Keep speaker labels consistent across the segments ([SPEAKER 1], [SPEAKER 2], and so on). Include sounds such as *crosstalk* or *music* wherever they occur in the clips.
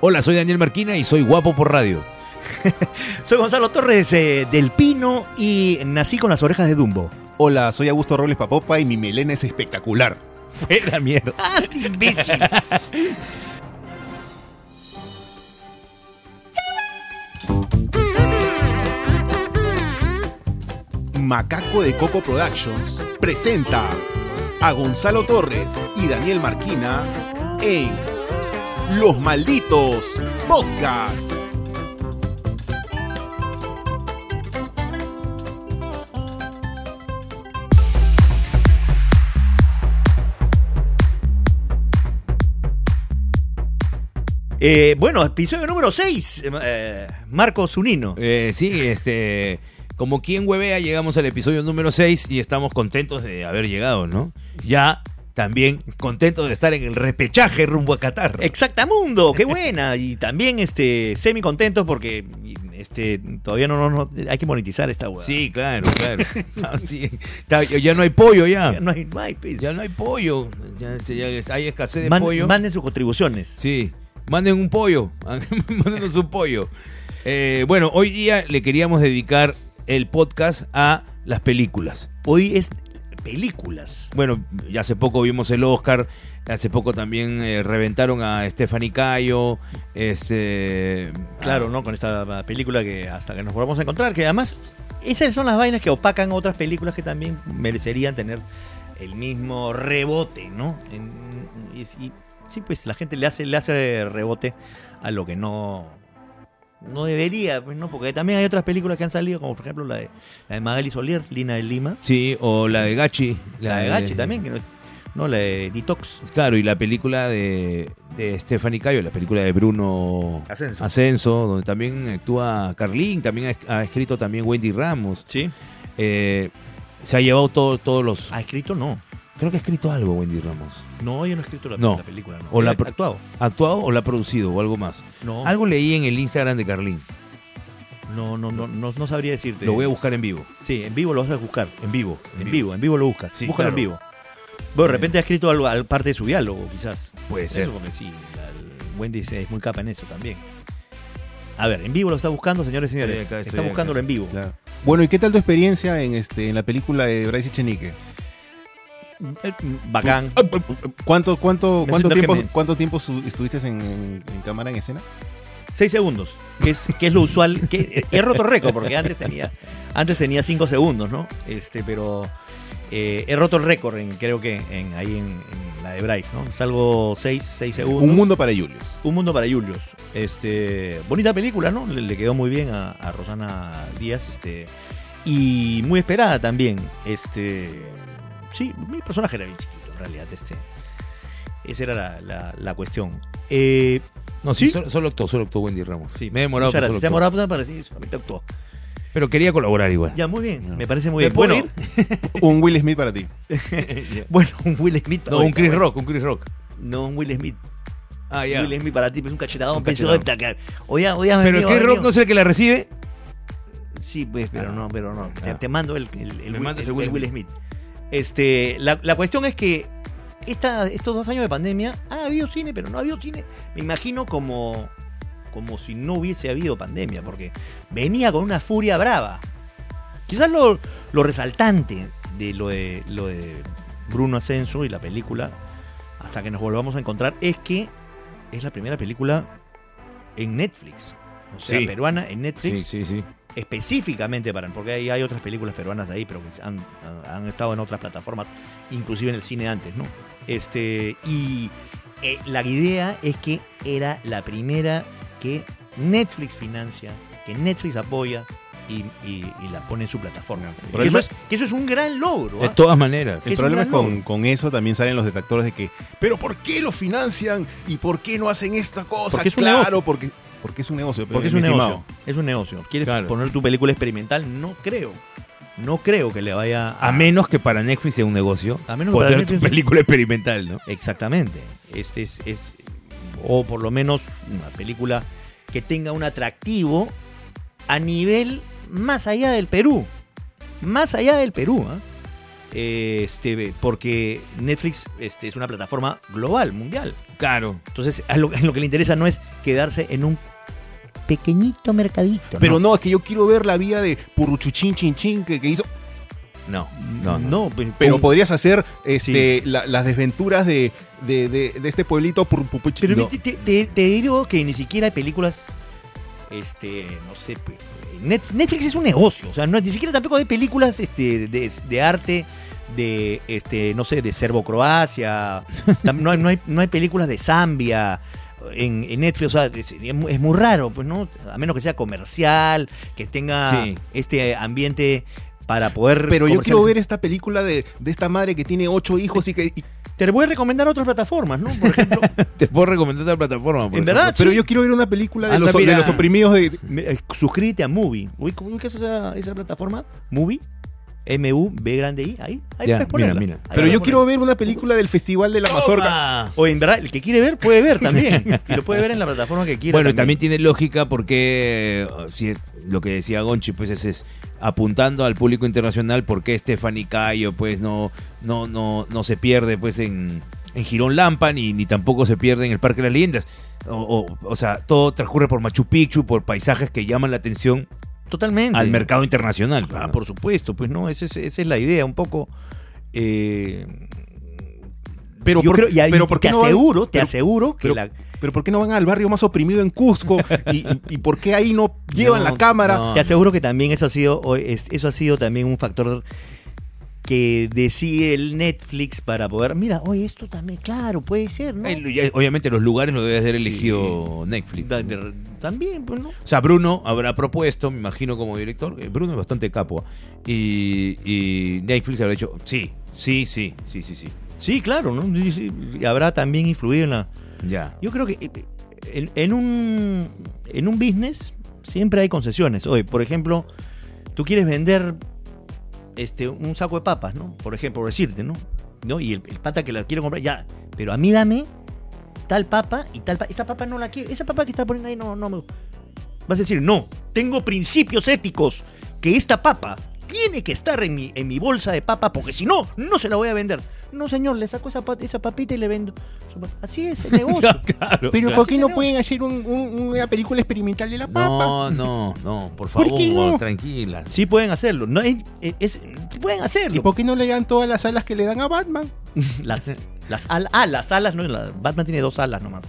[SPEAKER 1] Hola, soy Daniel Marquina y soy guapo por radio.
[SPEAKER 2] *laughs* Soy Gonzalo Torres eh, del Pino y nací con las orejas de Dumbo.
[SPEAKER 3] Hola, soy Augusto Robles Papopa y mi melena es espectacular.
[SPEAKER 1] *laughs* Fuera mierda.
[SPEAKER 2] Ah, imbécil!
[SPEAKER 1] *laughs*
[SPEAKER 3] Macaco de Coco Productions presenta a Gonzalo Torres y Daniel Marquina en Los Malditos Podcast.
[SPEAKER 2] Eh, bueno, episodio número 6, eh, Marco Zunino.
[SPEAKER 1] Eh, sí, este. Como quien huevea, llegamos al episodio número 6 y estamos contentos de haber llegado, ¿no? Ya también contentos de estar en el repechaje rumbo a Qatar. *laughs*
[SPEAKER 2] Exactamundo, qué buena. Y también este semi contentos porque este todavía no, no, no- hay que monetizar esta hueá.
[SPEAKER 1] Sí, claro, claro. *laughs* Ah, sí. Está- Ya no hay pollo, ya.
[SPEAKER 2] Ya no hay, no hay, pues.
[SPEAKER 1] Ya no hay pollo. Ya, ya hay escasez de
[SPEAKER 2] Man-
[SPEAKER 1] pollo.
[SPEAKER 2] Manden sus contribuciones.
[SPEAKER 1] Sí, manden un pollo, *laughs* mándenos un pollo. Eh, bueno, hoy día le queríamos dedicar el podcast a las películas.
[SPEAKER 2] Hoy es películas.
[SPEAKER 1] Bueno, ya hace poco vimos el Oscar, hace poco también eh, reventaron a Stephanie Cayo, este...
[SPEAKER 2] Claro, ¿no? Con esta película que hasta que nos volvamos a encontrar, que además esas son las vainas que opacan otras películas que también merecerían tener el mismo rebote, ¿no? En- y, y- sí, pues la gente le hace, le hace rebote a lo que no no debería, pues no, porque también hay otras películas que han salido, como por ejemplo la de, la de Magali Solier, Lina de Lima,
[SPEAKER 1] Sí, o la de Gachi.
[SPEAKER 2] la de Gachi también, que no es, no, la de Detox.
[SPEAKER 1] Claro, y la película de, de Stephanie Cayo, la película de Bruno
[SPEAKER 2] Ascenso.
[SPEAKER 1] Ascenso, donde también actúa Carlín, también ha es- ha escrito también Wendy Ramos.
[SPEAKER 2] Sí.
[SPEAKER 1] Eh, se ha llevado todo- todos los. ah,
[SPEAKER 2] ¿Ha escrito? No.
[SPEAKER 1] Creo que ha escrito algo Wendy Ramos.
[SPEAKER 2] No, yo no he escrito la,
[SPEAKER 1] No.
[SPEAKER 2] la película, no.
[SPEAKER 1] O la
[SPEAKER 2] ¿Ha
[SPEAKER 1] pro-
[SPEAKER 2] actuado?
[SPEAKER 1] ¿Ha actuado o la ha producido o algo más?
[SPEAKER 2] No.
[SPEAKER 1] Algo leí en el Instagram de Carlín.
[SPEAKER 2] No, no, no, no, no sabría decirte.
[SPEAKER 1] Lo voy a buscar en vivo.
[SPEAKER 2] Sí, en vivo lo vas a buscar.
[SPEAKER 1] En vivo.
[SPEAKER 2] En vivo, en vivo lo buscas.
[SPEAKER 1] Sí,
[SPEAKER 2] Búscalo en
[SPEAKER 1] claro.
[SPEAKER 2] vivo. Bueno, de repente ha escrito algo, al parte de su diálogo, quizás.
[SPEAKER 1] Puede ser.
[SPEAKER 2] Eso porque sí, al- Wendy es es muy capa en eso también. A ver, en vivo lo está buscando, señores y señores.
[SPEAKER 1] Estoy acá, estoy
[SPEAKER 2] está
[SPEAKER 1] acá.
[SPEAKER 2] buscándolo en vivo.
[SPEAKER 3] Bueno, ¿y qué tal tu experiencia en, este, en la película de Bryce Echenique?
[SPEAKER 2] Eh, Bacán.
[SPEAKER 3] ¿Cuánto, cuánto,
[SPEAKER 2] Me
[SPEAKER 3] cuánto
[SPEAKER 2] siento
[SPEAKER 3] tiempo,
[SPEAKER 2] que me-
[SPEAKER 3] cuánto tiempo su- estuviste en, en- en cámara, en escena?
[SPEAKER 2] Seis segundos, que es, que es lo usual. Que, he roto récord, porque antes tenía, antes tenía cinco segundos, ¿no? Este, pero eh, he roto el récord, en, creo que en, ahí en, en la de Bryce, ¿no? Salgo seis, seis segundos.
[SPEAKER 3] Un mundo para Julius.
[SPEAKER 2] *laughs* Un Mundo para Julius. Este, bonita película, ¿no? Le, le quedó muy bien a, a Rosana Díaz. Este, y muy esperada también. Este, sí, mi personaje era bien chiquito, en realidad. Este, esa era la, la- la cuestión. Eh,
[SPEAKER 1] No, sí,
[SPEAKER 2] ¿Sí?
[SPEAKER 1] solo, solo actuó, solo actuó Wendy Ramos.
[SPEAKER 2] sí,
[SPEAKER 1] me he demorado.
[SPEAKER 2] muchas
[SPEAKER 1] pero
[SPEAKER 2] gracias. Se ha
[SPEAKER 1] solo actuó.
[SPEAKER 2] demorado, pues, para decir, solamente actuó.
[SPEAKER 1] Pero quería colaborar igual.
[SPEAKER 2] Ya, muy bien.
[SPEAKER 3] No.
[SPEAKER 2] Me parece muy
[SPEAKER 1] Ah. ¿Me
[SPEAKER 2] bien.
[SPEAKER 1] puedo
[SPEAKER 2] Bueno,
[SPEAKER 3] Un Will Smith para ti.
[SPEAKER 2] *laughs* bueno, un Will Smith.
[SPEAKER 1] No,
[SPEAKER 2] Oye,
[SPEAKER 1] un Chris
[SPEAKER 2] bueno,
[SPEAKER 1] Rock, un Chris Rock.
[SPEAKER 2] No, un Will Smith.
[SPEAKER 1] Ah, ya.
[SPEAKER 2] Will Smith para ti, pues un cachetadón.
[SPEAKER 1] Un
[SPEAKER 2] pues,
[SPEAKER 1] cachetadón.
[SPEAKER 2] oye, que- oye, oye,
[SPEAKER 1] Pero el
[SPEAKER 2] amigo,
[SPEAKER 1] Chris Rock
[SPEAKER 2] amigo.
[SPEAKER 1] no es el que la recibe.
[SPEAKER 2] Sí, pues, pero
[SPEAKER 1] Ah,
[SPEAKER 2] no, pero no. Te,
[SPEAKER 1] ah.
[SPEAKER 2] te mando el, el, el
[SPEAKER 1] Me
[SPEAKER 2] Will-
[SPEAKER 1] mandas
[SPEAKER 2] el-
[SPEAKER 1] el Will
[SPEAKER 2] el Will Smith. Este, la, la cuestión es que esta, estos dos años de pandemia ha habido cine, pero no ha habido cine. Me imagino como, como si no hubiese habido pandemia, porque venía con una furia brava. Quizás lo, lo resaltante de lo, de lo de Bruno Ascenso y la película, hasta que nos volvamos a encontrar, es que es la primera película en Netflix. O sea,
[SPEAKER 1] Sí.
[SPEAKER 2] peruana en Netflix
[SPEAKER 1] sí, sí.
[SPEAKER 2] específicamente para porque hay, hay otras películas peruanas de ahí pero que han, han- han estado en otras plataformas inclusive en el cine antes no este y eh, la idea es que era la primera que Netflix financia que Netflix apoya y, y- y la pone en su plataforma
[SPEAKER 3] Pero
[SPEAKER 2] que, eso
[SPEAKER 3] además-
[SPEAKER 2] es, que eso es un gran logro
[SPEAKER 1] De
[SPEAKER 2] ¿ah?
[SPEAKER 1] todas maneras.
[SPEAKER 2] Es
[SPEAKER 3] El
[SPEAKER 2] un
[SPEAKER 3] problema es
[SPEAKER 2] gran
[SPEAKER 3] con,
[SPEAKER 2] logro.
[SPEAKER 3] con eso también salen los detractores de que, pero ¿por qué lo financian? ¿Y por qué no hacen esta cosa?
[SPEAKER 2] Porque es un
[SPEAKER 3] claro,
[SPEAKER 2] negocio.
[SPEAKER 3] Porque, porque es un negocio.
[SPEAKER 2] Porque es
[SPEAKER 3] mi
[SPEAKER 2] un
[SPEAKER 3] estimado.
[SPEAKER 2] negocio. Es un negocio. ¿Quieres
[SPEAKER 1] Claro.
[SPEAKER 2] poner tu película experimental? No creo. No creo que le vaya
[SPEAKER 1] A menos que para Netflix sea un negocio.
[SPEAKER 2] A menos que para
[SPEAKER 1] poner
[SPEAKER 2] Netflix-
[SPEAKER 1] tu película experimental, ¿no?
[SPEAKER 2] Exactamente. Este es, es- o por lo menos una película que tenga un atractivo a nivel más allá del Perú. Más allá del Perú. ¿ah? eh, este, porque Netflix este, es una plataforma global, mundial.
[SPEAKER 1] Claro.
[SPEAKER 2] Entonces, a lo, lo que le interesa no es quedarse en un pequeñito mercadito.
[SPEAKER 3] Pero no, es que yo quiero ver la vía de Puruchuchín Chin Chin que, que hizo.
[SPEAKER 1] No,
[SPEAKER 2] no,
[SPEAKER 1] no. no.
[SPEAKER 2] no,
[SPEAKER 3] Pero podrías hacer este, la- las desventuras de, de, de- de este pueblito Puruchuchín.
[SPEAKER 2] Pero
[SPEAKER 3] No.
[SPEAKER 2] te, te- te digo que ni siquiera hay películas. Este, no sé. pe- Net- Netflix es un negocio. O sea, no, ni siquiera tampoco hay películas este, de, de arte de, este, no sé, de Serbo-Croacia. *laughs* Tam- No hay, no, hay, no hay películas de Zambia. En, en Netflix, o sea, es, es muy- es muy raro, pues, ¿no? A menos que sea comercial, que tenga
[SPEAKER 1] Sí.
[SPEAKER 2] este ambiente para poder.
[SPEAKER 3] Pero yo quiero
[SPEAKER 2] comercializar.
[SPEAKER 3] ver esta película de, de esta madre que tiene ocho hijos y que. y-
[SPEAKER 2] Te voy a recomendar otras plataformas, ¿no?
[SPEAKER 3] *laughs*
[SPEAKER 2] Por ejemplo,
[SPEAKER 1] Te puedo recomendar otra plataforma. por
[SPEAKER 2] En
[SPEAKER 1] ejemplo.
[SPEAKER 2] verdad,
[SPEAKER 3] pero
[SPEAKER 2] Ah, sí. Ah,
[SPEAKER 3] yo quiero ver una película de,
[SPEAKER 1] Anda,
[SPEAKER 3] los, de
[SPEAKER 1] mira.
[SPEAKER 3] los oprimidos de.
[SPEAKER 2] Me- eh, suscríbete a Movie. Ubic- ¿Ubicas esa, esa plataforma? Movie. M-U-B grande I. Ahí, ahí
[SPEAKER 1] Ya,
[SPEAKER 2] puedes ponerla.
[SPEAKER 1] mira, mira.
[SPEAKER 2] Ahí
[SPEAKER 3] Pero yo
[SPEAKER 2] puedes
[SPEAKER 3] quiero
[SPEAKER 2] ponerla.
[SPEAKER 3] ver una película del Festival de la Mazorca.
[SPEAKER 1] Ah.
[SPEAKER 2] O en verdad, el que quiere ver, puede ver también. y lo puede ver en la plataforma que quiera.
[SPEAKER 1] Bueno, y también tiene lógica porque eh, si es lo que decía Gonchi, pues es, es apuntando al público internacional porque Stephanie Cayo pues no, no, no, no se pierde pues en, en Girón Lampa ni, ni tampoco se pierde en el Parque de las Leyendas. O, o- o sea, todo transcurre por Machu Picchu, por paisajes que llaman la atención
[SPEAKER 2] Totalmente.
[SPEAKER 1] al mercado internacional.
[SPEAKER 2] Ah,
[SPEAKER 1] ¿no?
[SPEAKER 2] por supuesto, pues no, esa es, esa es la idea, un poco. eh,
[SPEAKER 3] Pero,
[SPEAKER 2] yo
[SPEAKER 3] por-
[SPEAKER 2] creo- y ahí
[SPEAKER 3] pero ¿por
[SPEAKER 2] te
[SPEAKER 3] qué no van-
[SPEAKER 2] aseguro, te
[SPEAKER 3] pero-
[SPEAKER 2] aseguro que
[SPEAKER 3] pero-
[SPEAKER 2] la.
[SPEAKER 3] Pero ¿por qué no van al barrio más oprimido en *laughs* Cusco? ¿Y, y- y por qué ahí no llevan
[SPEAKER 1] No,
[SPEAKER 3] la cámara?
[SPEAKER 1] no.
[SPEAKER 2] Te aseguro que también eso ha sido o es- eso ha sido también un factor que decide el Netflix para poder, mira, oye, esto también, claro, puede ser, ¿no?
[SPEAKER 1] Ay, ya- Obviamente los lugares los debe haber elegido Netflix.
[SPEAKER 2] Da- de- también, pues, ¿no?
[SPEAKER 1] O sea, Bruno habrá propuesto, me imagino como director, eh, Bruno es bastante capo, ¿ah? y, y Netflix habrá dicho, sí, sí, sí, sí, sí, sí,
[SPEAKER 2] Sí, claro, ¿no? Y- y- y habrá también influido en la...
[SPEAKER 1] ya.
[SPEAKER 2] Yo creo que eh, en, en un, en un business siempre hay concesiones. Oye, por ejemplo, tú quieres vender este, un saco de papas, ¿no? Por ejemplo, por decirte, ¿no? ¿No? Y el, el pata que la quiero comprar, ya, pero a mí dame tal papa y tal papa. Esa papa no la quiero, esa papa que está poniendo ahí no, no me Vas a decir, no, tengo principios éticos que esta papa tiene que estar en mi, en mi bolsa de papa porque si no, no se la voy a vender. No, señor, le saco esa, pa- esa papita y le vendo. Así *laughs* es el negocio.
[SPEAKER 1] claro.
[SPEAKER 3] Pero
[SPEAKER 2] Claro.
[SPEAKER 3] ¿por qué
[SPEAKER 2] Sí,
[SPEAKER 3] no
[SPEAKER 2] señor.
[SPEAKER 3] pueden hacer un- un- una película experimental de la
[SPEAKER 1] No,
[SPEAKER 3] papa?
[SPEAKER 1] no, no, por
[SPEAKER 3] ¿Por
[SPEAKER 1] favor,
[SPEAKER 3] qué no?
[SPEAKER 1] tranquila. *laughs*
[SPEAKER 2] Sí pueden hacerlo. No, es, es- pueden hacerlo.
[SPEAKER 3] ¿Y por qué no le dan todas las alas que le dan a Batman?
[SPEAKER 2] Las, las al- ah, las alas, no. la- Batman tiene dos alas nomás.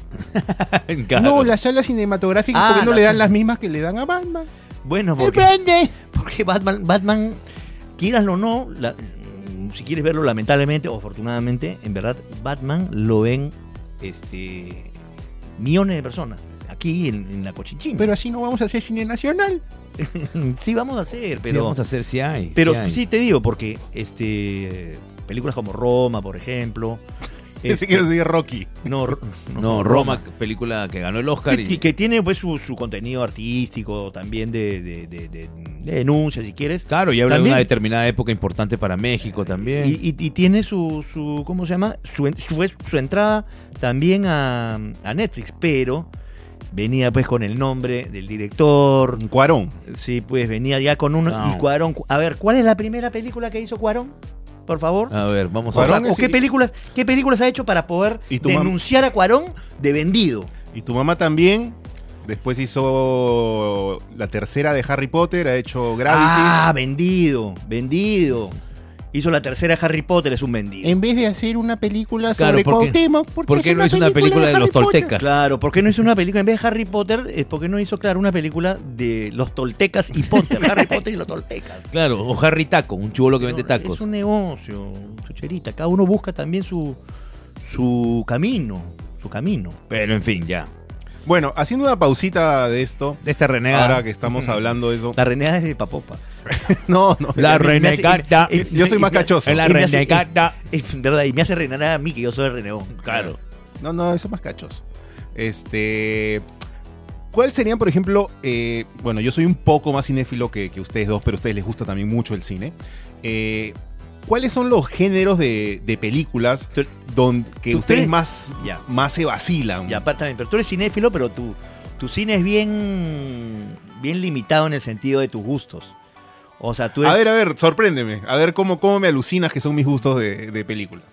[SPEAKER 1] Claro.
[SPEAKER 3] No, las alas cinematográficas,
[SPEAKER 2] Ah,
[SPEAKER 3] ¿por qué no
[SPEAKER 2] las
[SPEAKER 3] le dan
[SPEAKER 2] alas.
[SPEAKER 3] las mismas que le dan a Batman?
[SPEAKER 2] Bueno, porque,
[SPEAKER 3] ¡Depende!
[SPEAKER 2] porque Batman, Batman, quieras o no, la- si quieres verlo lamentablemente o afortunadamente, en verdad, Batman lo ven este, millones de personas. Aquí en, en la cochinchina.
[SPEAKER 3] Pero así no vamos a hacer cine *laughs* nacional.
[SPEAKER 2] *laughs* sí vamos a hacer,
[SPEAKER 1] Sí,
[SPEAKER 2] pero.
[SPEAKER 1] vamos a hacer si hay.
[SPEAKER 2] Pero
[SPEAKER 1] si hay.
[SPEAKER 2] sí te digo, porque este películas como Roma,
[SPEAKER 1] *laughs*
[SPEAKER 2] por ejemplo.
[SPEAKER 3] Ese
[SPEAKER 2] este,
[SPEAKER 3] que decir Rocky.
[SPEAKER 2] no, r-
[SPEAKER 1] No, Roma, película que ganó el Oscar.
[SPEAKER 2] Que,
[SPEAKER 1] y-
[SPEAKER 2] que- que tiene pues su, su contenido artístico también de, de, de- de- de denuncia, si quieres.
[SPEAKER 1] claro, y habla de
[SPEAKER 2] También-
[SPEAKER 1] una determinada época importante para México también.
[SPEAKER 2] Y, y- y tiene su, su, ¿cómo se llama? Su, en- su, su entrada también a, a Netflix, pero venía pues con el nombre del director.
[SPEAKER 3] Cuarón.
[SPEAKER 2] Sí, pues venía ya con uno.
[SPEAKER 1] No.
[SPEAKER 2] Y Cuarón, a ver, ¿cuál es la primera película que hizo Cuarón? Por favor.
[SPEAKER 1] a ver, vamos
[SPEAKER 2] O
[SPEAKER 1] a ver.
[SPEAKER 3] Ah,
[SPEAKER 2] sea,
[SPEAKER 3] Cuarón
[SPEAKER 2] ¿o
[SPEAKER 3] es-
[SPEAKER 2] qué, películas, ¿Qué películas ha hecho para poder
[SPEAKER 3] Y tu mam-
[SPEAKER 2] denunciar a Cuarón de vendido?
[SPEAKER 3] Y tu mamá también. Después hizo la tercera de Harry Potter, ha hecho Gravity.
[SPEAKER 2] Ah, vendido, vendido. Hizo la tercera de Harry Potter, es un vendido.
[SPEAKER 3] en vez de hacer una película
[SPEAKER 1] Claro,
[SPEAKER 3] sobre
[SPEAKER 1] ¿por qué-
[SPEAKER 3] Cuauhtémoc, ¿por
[SPEAKER 1] por qué no es una película de los
[SPEAKER 3] Harry Potter?
[SPEAKER 1] *laughs* toltecas?
[SPEAKER 2] Claro, ¿por qué no hizo una película? En vez de Harry Potter, es porque no hizo, claro, una película de los toltecas y
[SPEAKER 1] *laughs*
[SPEAKER 2] Potter. Harry Potter y los toltecas.
[SPEAKER 1] Claro, o Harry Taco, un chubolo que vende
[SPEAKER 2] No,
[SPEAKER 1] tacos.
[SPEAKER 2] Es un negocio, chucherita. Cada uno busca también su, su camino, su camino.
[SPEAKER 1] Pero en fin, ya.
[SPEAKER 3] Bueno, haciendo una pausita de esto,
[SPEAKER 1] De esta renegada.
[SPEAKER 3] ahora que estamos hablando de eso.
[SPEAKER 2] La renegada es de Papopa.
[SPEAKER 3] *laughs* No, no.
[SPEAKER 1] Mm. La
[SPEAKER 2] Me hace-
[SPEAKER 1] renegada.
[SPEAKER 2] y- y-
[SPEAKER 3] Yo soy
[SPEAKER 2] y-
[SPEAKER 3] más
[SPEAKER 2] y me hace-
[SPEAKER 3] cachoso.
[SPEAKER 1] Es la
[SPEAKER 2] y me hace-
[SPEAKER 1] renegada.
[SPEAKER 2] *laughs* Es verdad, y me hace reinar a mí que yo soy renegón.
[SPEAKER 1] Claro.
[SPEAKER 3] No, no, eso es más cachoso. Este. ¿Cuál serían, por ejemplo, eh, bueno, yo soy un poco más cinéfilo que, que ustedes dos, pero a ustedes les gusta también mucho el cine. Eh, ¿Cuáles son los géneros de, de películas
[SPEAKER 2] Tú-
[SPEAKER 3] donde, que
[SPEAKER 2] tú-
[SPEAKER 3] ustedes
[SPEAKER 2] ustedes-
[SPEAKER 3] más,
[SPEAKER 2] Ya.
[SPEAKER 3] más se vacilan?
[SPEAKER 2] Y
[SPEAKER 1] pues,
[SPEAKER 2] aparte también, pero tú eres cinéfilo, pero tu, tu cine es bien, bien limitado en el sentido de tus gustos. O sea, tú,
[SPEAKER 1] pues.
[SPEAKER 3] A
[SPEAKER 2] eres-
[SPEAKER 3] ver, a ver, sorpréndeme. A ver cómo, cómo me alucinas que son mis gustos de, de película.